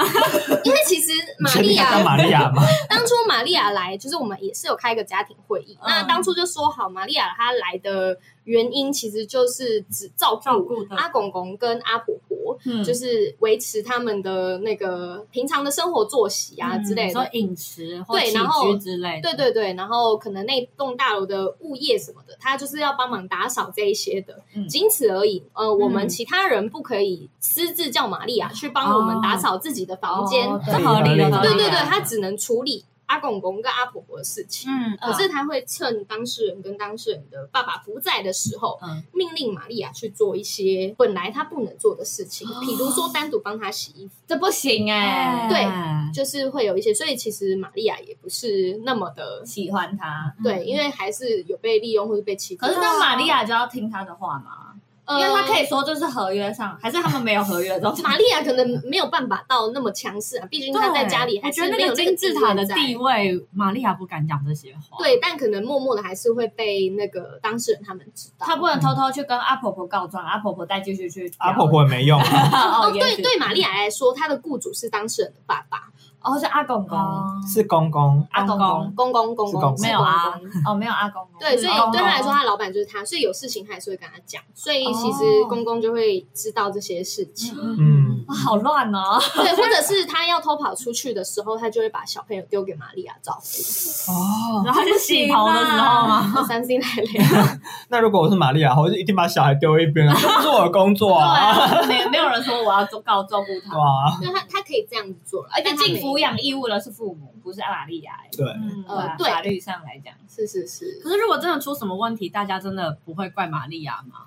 [SPEAKER 3] 因为其实玛啊
[SPEAKER 2] 你
[SPEAKER 3] 利
[SPEAKER 2] 想
[SPEAKER 3] 亚
[SPEAKER 2] 当玛利亚吗？
[SPEAKER 3] 当初玛利亚来，就是我们也是有开一个家庭会议。
[SPEAKER 1] 嗯
[SPEAKER 3] 那当初就说好，玛利亚她来的原因其实就是只照
[SPEAKER 4] 照
[SPEAKER 3] 顾
[SPEAKER 4] 顾的，
[SPEAKER 3] 阿公公跟阿婆婆，
[SPEAKER 1] 嗯
[SPEAKER 3] 就是维持他们的那个平常的生活作息啊之类
[SPEAKER 4] 说
[SPEAKER 3] 的。
[SPEAKER 4] 饮食或
[SPEAKER 3] 对
[SPEAKER 4] 起
[SPEAKER 3] 然后
[SPEAKER 4] 居之类的，
[SPEAKER 3] 对对对，然后可能那栋大楼的物业什么的，他就是要帮忙打扫这一些的，
[SPEAKER 1] 嗯
[SPEAKER 3] 仅此而已。呃，我们
[SPEAKER 4] 嗯
[SPEAKER 3] 其他人不可以私自叫玛利亚去帮我们打扫自己的房间，
[SPEAKER 4] 哦这合理的，
[SPEAKER 3] 对
[SPEAKER 2] 对
[SPEAKER 3] 对
[SPEAKER 4] 合理
[SPEAKER 3] 对，
[SPEAKER 4] 的
[SPEAKER 3] 他只能处理阿公公跟阿婆婆的事情。
[SPEAKER 4] 嗯，
[SPEAKER 3] 可是他会趁当事人跟当事人的爸爸不在的时候，
[SPEAKER 4] 嗯
[SPEAKER 3] 命令玛利亚去做一些本来他不能做的事情，
[SPEAKER 4] 哦
[SPEAKER 3] 比如说单独帮他洗衣服，
[SPEAKER 1] 这不行哎、
[SPEAKER 3] 对就是会有一些。所以其实玛利亚也不是那么的
[SPEAKER 1] 喜欢他。
[SPEAKER 3] 对，因为还是有被利用或者被欺负。
[SPEAKER 1] 可是那玛利亚就要听他的话嘛，
[SPEAKER 3] 呃
[SPEAKER 1] 因为他可以说这是合约上，还是他们没有合约的 东西。
[SPEAKER 3] 玛利亚可能没有办法到那么强势啊，毕竟他在家里还
[SPEAKER 4] 我觉得
[SPEAKER 3] 是没
[SPEAKER 4] 那
[SPEAKER 3] 有
[SPEAKER 4] 个
[SPEAKER 3] 这
[SPEAKER 4] 金字塔的
[SPEAKER 3] 在
[SPEAKER 4] 地位，玛利亚不敢讲这些话，，
[SPEAKER 3] 对，但可能默默的还是会被那个当事人他们知道。
[SPEAKER 1] 他不能偷偷去跟阿婆婆告状，阿婆婆再继续去。
[SPEAKER 2] 阿婆婆也没用啊，
[SPEAKER 1] 哦
[SPEAKER 3] 哦，，
[SPEAKER 1] 也
[SPEAKER 3] 对
[SPEAKER 1] 许
[SPEAKER 3] 对，玛利亚来说，她的雇主是当事人的爸爸，
[SPEAKER 1] 哦是阿公公，
[SPEAKER 4] 哦，
[SPEAKER 2] 是公公，
[SPEAKER 1] 阿公公
[SPEAKER 4] 公
[SPEAKER 3] 公公公
[SPEAKER 2] 是公
[SPEAKER 3] 公
[SPEAKER 2] 公
[SPEAKER 3] 是
[SPEAKER 4] 没有啊
[SPEAKER 3] 公公
[SPEAKER 1] 哦没有阿公公，
[SPEAKER 3] 对，所以
[SPEAKER 4] 公公
[SPEAKER 3] 对他来说，他老板就是他，所以有事情他还是会跟他讲，所以其实
[SPEAKER 1] 哦
[SPEAKER 3] 公公就会知道这些事情。
[SPEAKER 2] 嗯，
[SPEAKER 1] 哇好乱 哦，
[SPEAKER 3] 对，或者是他要偷跑出去的时候，他就会把小朋友丢给玛利亚照
[SPEAKER 2] 哦，
[SPEAKER 4] 然后去洗头的时候 吗？
[SPEAKER 3] 顾。三星来了，
[SPEAKER 2] 那如果我是玛利亚，我就一定把小孩丢一边啊，这不是我的工作 啊，
[SPEAKER 1] 没没有人说我要做告照顾
[SPEAKER 2] 对
[SPEAKER 1] 他，
[SPEAKER 2] 吧？
[SPEAKER 3] 那他他可以这样子做了，
[SPEAKER 1] 而且
[SPEAKER 3] 但他
[SPEAKER 1] 尽
[SPEAKER 3] 没
[SPEAKER 1] 抚养义务的是父母，不是阿玛利亚欸。
[SPEAKER 2] 对
[SPEAKER 4] 嗯
[SPEAKER 1] 对啊
[SPEAKER 3] 呃对
[SPEAKER 1] 法律上来讲，
[SPEAKER 3] 是是是，
[SPEAKER 4] 可是如果真的出什么问题，大家真的不会怪玛利亚 吗？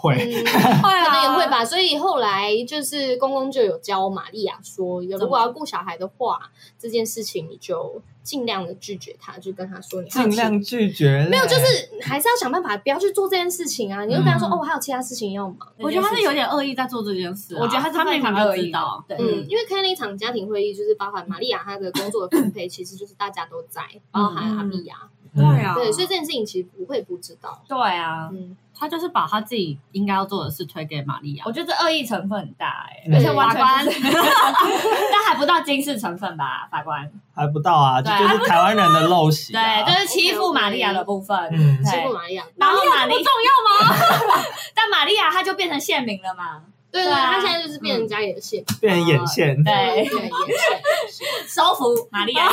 [SPEAKER 2] 会，
[SPEAKER 3] 嗯，
[SPEAKER 4] 会
[SPEAKER 3] 可能
[SPEAKER 4] 啊，
[SPEAKER 3] 也会。吧。所以后来就是公公就有教玛利亚说，如果要顾小孩的话，这件事情你就尽量的拒绝他，就跟他说你还有
[SPEAKER 2] 尽
[SPEAKER 3] 其
[SPEAKER 2] 量拒绝嘞，
[SPEAKER 3] 没有，就是还是要想办法不要去做这件事情啊。你就跟他说、
[SPEAKER 4] 嗯
[SPEAKER 3] 哦，我还有其他事情要忙。
[SPEAKER 4] 我觉得他是有点恶意在做这件事啊、
[SPEAKER 1] 我觉得他
[SPEAKER 4] 他
[SPEAKER 1] 是
[SPEAKER 4] 明
[SPEAKER 1] 非常
[SPEAKER 4] 明
[SPEAKER 1] 恶
[SPEAKER 4] 就
[SPEAKER 1] 意
[SPEAKER 4] 知
[SPEAKER 1] 的
[SPEAKER 4] 道，，
[SPEAKER 1] 对，
[SPEAKER 3] 嗯，因为开那一场家庭会议，就是包含玛利亚她的工作的分配，其实就是大家都在，包含阿碧亚，
[SPEAKER 2] 嗯
[SPEAKER 4] 对啊，
[SPEAKER 3] 对，所以这件事情其实不会不知道。
[SPEAKER 1] 对啊，
[SPEAKER 3] 嗯，
[SPEAKER 4] 他就是把他自己应该要做的事推给玛利亚
[SPEAKER 1] 我。觉得这恶意成分很大哎、
[SPEAKER 2] 嗯
[SPEAKER 1] 而且完
[SPEAKER 4] 法
[SPEAKER 1] 全不是， 但还不到惊世成分吧，法官？
[SPEAKER 2] 还不到啊，这
[SPEAKER 1] 对
[SPEAKER 2] 就是台湾人的陋习啊，
[SPEAKER 1] 对，就是欺负玛利亚的部分。
[SPEAKER 2] 嗯
[SPEAKER 1] 对
[SPEAKER 3] 欺负玛利亚，
[SPEAKER 1] 然后玛
[SPEAKER 4] 不
[SPEAKER 1] 丽
[SPEAKER 4] 重，要吗？
[SPEAKER 1] 但玛利亚她就变成县民了嘛？
[SPEAKER 3] 对
[SPEAKER 1] 对
[SPEAKER 3] 对，
[SPEAKER 1] 啊嗯
[SPEAKER 3] 她现在就是变成家里的线，
[SPEAKER 2] 变成眼线，
[SPEAKER 1] 对，
[SPEAKER 3] 对，也是。
[SPEAKER 1] 收服玛利亚。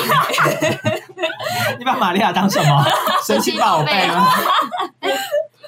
[SPEAKER 2] 你把玛利亚当什么？神奇宝贝吗？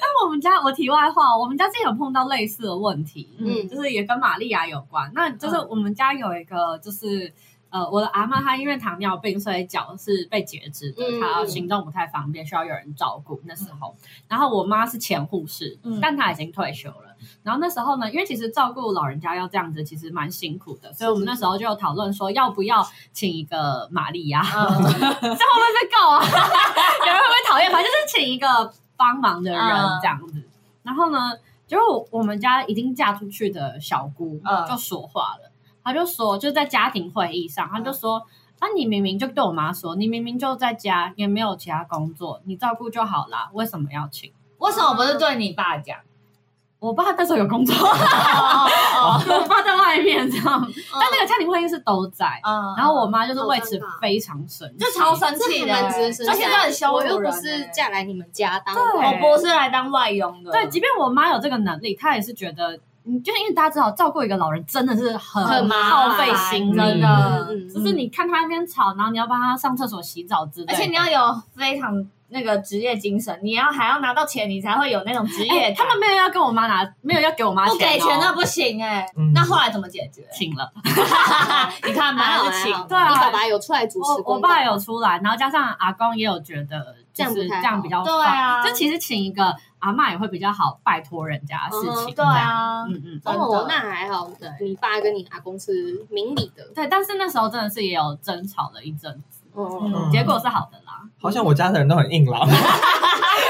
[SPEAKER 4] 那我们家我题外话，我们家之前有碰到类似的问题，
[SPEAKER 3] 嗯
[SPEAKER 4] 嗯，就是也跟玛利亚有关。那就是我们家有一个就是。呃，我的阿妈她因为糖尿病，所以脚是被截肢的
[SPEAKER 3] 嗯，
[SPEAKER 4] 她行动不太方便，需要有人照顾。那时候，然后我妈是前护士
[SPEAKER 1] 嗯，
[SPEAKER 4] 但她已经退休了。然后那时候呢，因为其实照顾老人家要这样子，其实蛮辛苦的，所以我们那时候就有讨论说，要不要请一个玛利亚？
[SPEAKER 1] 嗯
[SPEAKER 4] 这会不会被告啊？ 有人会不会讨厌？反正就是请一个帮忙的人
[SPEAKER 1] 嗯
[SPEAKER 4] 这样子。然后呢，就是我我们家已经嫁出去的小姑、
[SPEAKER 1] 嗯
[SPEAKER 4] 就说话了，她就说就在家庭会议上，她就说。啊！你明明就对我妈说，你明明就在家，也没有其他工作，你照顾就好啦，为什么要请？
[SPEAKER 1] 为什么不是对你爸 讲？
[SPEAKER 4] 我爸那时候有工作，
[SPEAKER 1] 哦哦
[SPEAKER 4] 我爸在外面这样，
[SPEAKER 1] 嗯
[SPEAKER 4] 但那个家庭会议是都在。
[SPEAKER 1] 哦
[SPEAKER 4] 然后我妈就是为此
[SPEAKER 3] 好尴尬
[SPEAKER 4] 非常生气，
[SPEAKER 1] 就超生气的，欸
[SPEAKER 3] 这还蛮值得生气
[SPEAKER 1] 而且这很羞
[SPEAKER 3] 我又
[SPEAKER 1] 辱人
[SPEAKER 3] 不
[SPEAKER 1] 欸。啊
[SPEAKER 3] 是嫁来你们家当
[SPEAKER 4] 对
[SPEAKER 1] 我不是来当外佣的。
[SPEAKER 4] 对，即便我妈有这个能力，她也是觉得，嗯，就是因为大家知道照顾一个老人真的是很
[SPEAKER 1] 很麻烦
[SPEAKER 4] 耗费心力
[SPEAKER 1] 真的
[SPEAKER 3] 嗯嗯嗯
[SPEAKER 4] 就是你看她那边吵，然后你要帮她上厕所、洗澡之类的，
[SPEAKER 1] 而且你要有非常那个职业精神，你要还要拿到钱，你才会有那种职
[SPEAKER 4] 哎、
[SPEAKER 1] 业感。
[SPEAKER 4] 他们没有要跟我妈拿，没有要给我妈
[SPEAKER 1] 不给
[SPEAKER 4] 钱
[SPEAKER 1] 钱那
[SPEAKER 4] 哦
[SPEAKER 1] 不行哎、
[SPEAKER 2] 嗯
[SPEAKER 1] 那后来怎么解决？
[SPEAKER 4] 请了，
[SPEAKER 1] 你看
[SPEAKER 3] 还
[SPEAKER 1] 嘛，
[SPEAKER 3] 好
[SPEAKER 1] 就
[SPEAKER 3] 还
[SPEAKER 1] 请近
[SPEAKER 3] 好吗
[SPEAKER 4] 对啊
[SPEAKER 3] 你爸爸有出来主持
[SPEAKER 4] 我
[SPEAKER 3] 公
[SPEAKER 4] 我
[SPEAKER 3] 道
[SPEAKER 4] 爸
[SPEAKER 3] 吗
[SPEAKER 4] 有出来，然后加上阿公也有觉得，
[SPEAKER 3] 这
[SPEAKER 4] 就
[SPEAKER 3] 样不
[SPEAKER 4] 是
[SPEAKER 3] 太好
[SPEAKER 4] 这样比较
[SPEAKER 1] 对
[SPEAKER 4] 放
[SPEAKER 1] 啊
[SPEAKER 4] 就其实请一个阿嬷也会比较好拜托人家的事情，
[SPEAKER 1] 对，啊，
[SPEAKER 4] 嗯嗯。
[SPEAKER 1] 真的
[SPEAKER 3] 哦，那还好
[SPEAKER 4] 对，
[SPEAKER 3] 你爸跟你阿公是明理的，
[SPEAKER 4] 对，但是那时候真的是也有争吵了一阵子，
[SPEAKER 3] 嗯，
[SPEAKER 2] 嗯
[SPEAKER 4] 结果是好的啦。
[SPEAKER 2] 好像我家的人都很硬朗，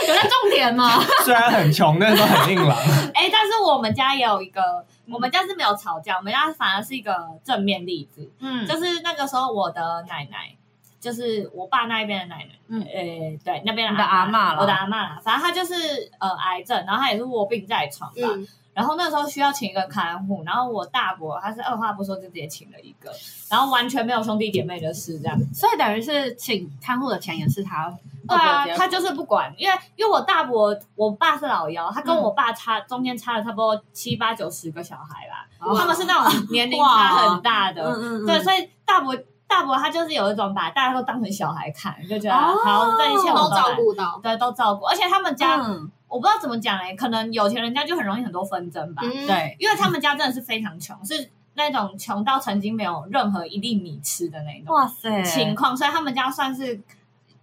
[SPEAKER 4] 有在重点吗？
[SPEAKER 2] 虽然很穷，但是都很硬朗。
[SPEAKER 1] 哎、但是我们家也有一个，我们家是没有吵架，我们家反而是一个正面例子。
[SPEAKER 4] 嗯，
[SPEAKER 1] 就是那个时候我的奶奶，就是我爸那一边的奶奶，
[SPEAKER 4] 嗯
[SPEAKER 1] 嗯，诶、对，那边
[SPEAKER 4] 你的阿
[SPEAKER 1] 嬷
[SPEAKER 4] 嬷啦
[SPEAKER 1] 我的阿嬷啦，反正她就是呃癌症，然后她也是卧病在床吧。
[SPEAKER 3] 嗯，
[SPEAKER 1] 然后那时候需要请一个看护，然后我大伯他是二话不说就直接请了一 个，然后完全没有兄弟姐妹的事这样。
[SPEAKER 4] 所以等于是请看护的钱也是他，
[SPEAKER 1] 对
[SPEAKER 4] 呃
[SPEAKER 1] 啊
[SPEAKER 4] 二伯，
[SPEAKER 1] 他就是不管，因为因为我大伯我爸是老幺，他跟我爸差、中间差了差不多七八九十个小孩啦，
[SPEAKER 4] 哦
[SPEAKER 1] 他们是那种年龄差很大的，
[SPEAKER 4] 嗯
[SPEAKER 1] 对，所以大伯大伯他就是有一种把大家都当成小孩看，就觉得、
[SPEAKER 4] 哦
[SPEAKER 1] 好，这一切我
[SPEAKER 3] 都
[SPEAKER 1] 来
[SPEAKER 3] 照，顾到，
[SPEAKER 1] 对，都照顾。而且他们家、
[SPEAKER 4] 嗯，
[SPEAKER 1] 我不知道怎么讲哎、可能有钱人家就很容易很多纷争吧，
[SPEAKER 3] 嗯，
[SPEAKER 4] 对，
[SPEAKER 1] 因为他们家真的是非常穷，是那种穷到曾经没有任何一粒米吃的那种
[SPEAKER 4] 哇塞，
[SPEAKER 1] 情况，所以他们家算是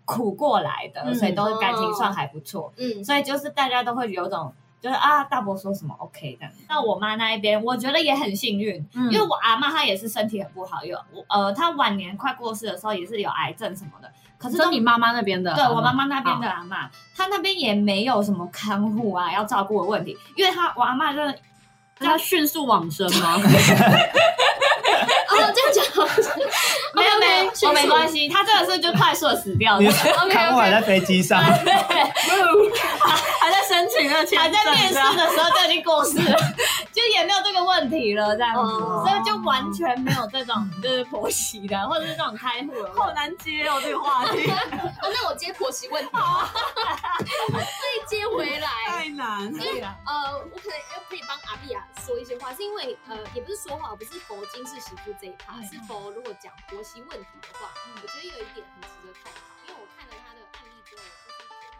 [SPEAKER 1] 苦过来的，
[SPEAKER 4] 嗯
[SPEAKER 1] 所以都感情
[SPEAKER 3] 哦
[SPEAKER 1] 算还不错。
[SPEAKER 3] 嗯，
[SPEAKER 1] 所以就是大家都会有种。就是啊，大伯说什么 OK 的。那我妈那一边，我觉得也很幸运，
[SPEAKER 4] 嗯
[SPEAKER 1] 因为我阿妈她也是身体很不好，有我呃，她晚年快过世的时候也是有癌症什么的，可是
[SPEAKER 4] 说
[SPEAKER 1] 都
[SPEAKER 4] 你妈妈那边的，
[SPEAKER 1] 对我妈妈那
[SPEAKER 4] 嗯
[SPEAKER 1] 边的阿妈，她那边也没有什么看护啊要照顾的问题，因为她我阿妈就是
[SPEAKER 4] 要迅速往生 吗？
[SPEAKER 3] 哦，这样讲好像，
[SPEAKER 1] 没有没有，
[SPEAKER 3] 迅
[SPEAKER 1] 哦没
[SPEAKER 3] 速
[SPEAKER 1] 关系，她真的是就快速的死掉了，
[SPEAKER 2] 你看护还在飞机上，
[SPEAKER 4] 还在申请那签
[SPEAKER 1] 还在面试
[SPEAKER 4] 证
[SPEAKER 1] 的时候就已经过 世了，就也没有这个问题了这样子，
[SPEAKER 3] 哦
[SPEAKER 1] 所以就完全没有这种就是婆媳的或者是这种开户的问题
[SPEAKER 4] 好难接哦这个话题，
[SPEAKER 3] 哦那我接婆媳问题，啊 再接回来。
[SPEAKER 4] 难。
[SPEAKER 3] 呃，我可能要可以帮阿碧亚说一些话，是因为呃，也不是说话，不是佛经式媳妇这一趴，是否如果讲嗯婆媳问题的话，我觉得有一点很值得探讨，因为我看了他的案例之后，我就是。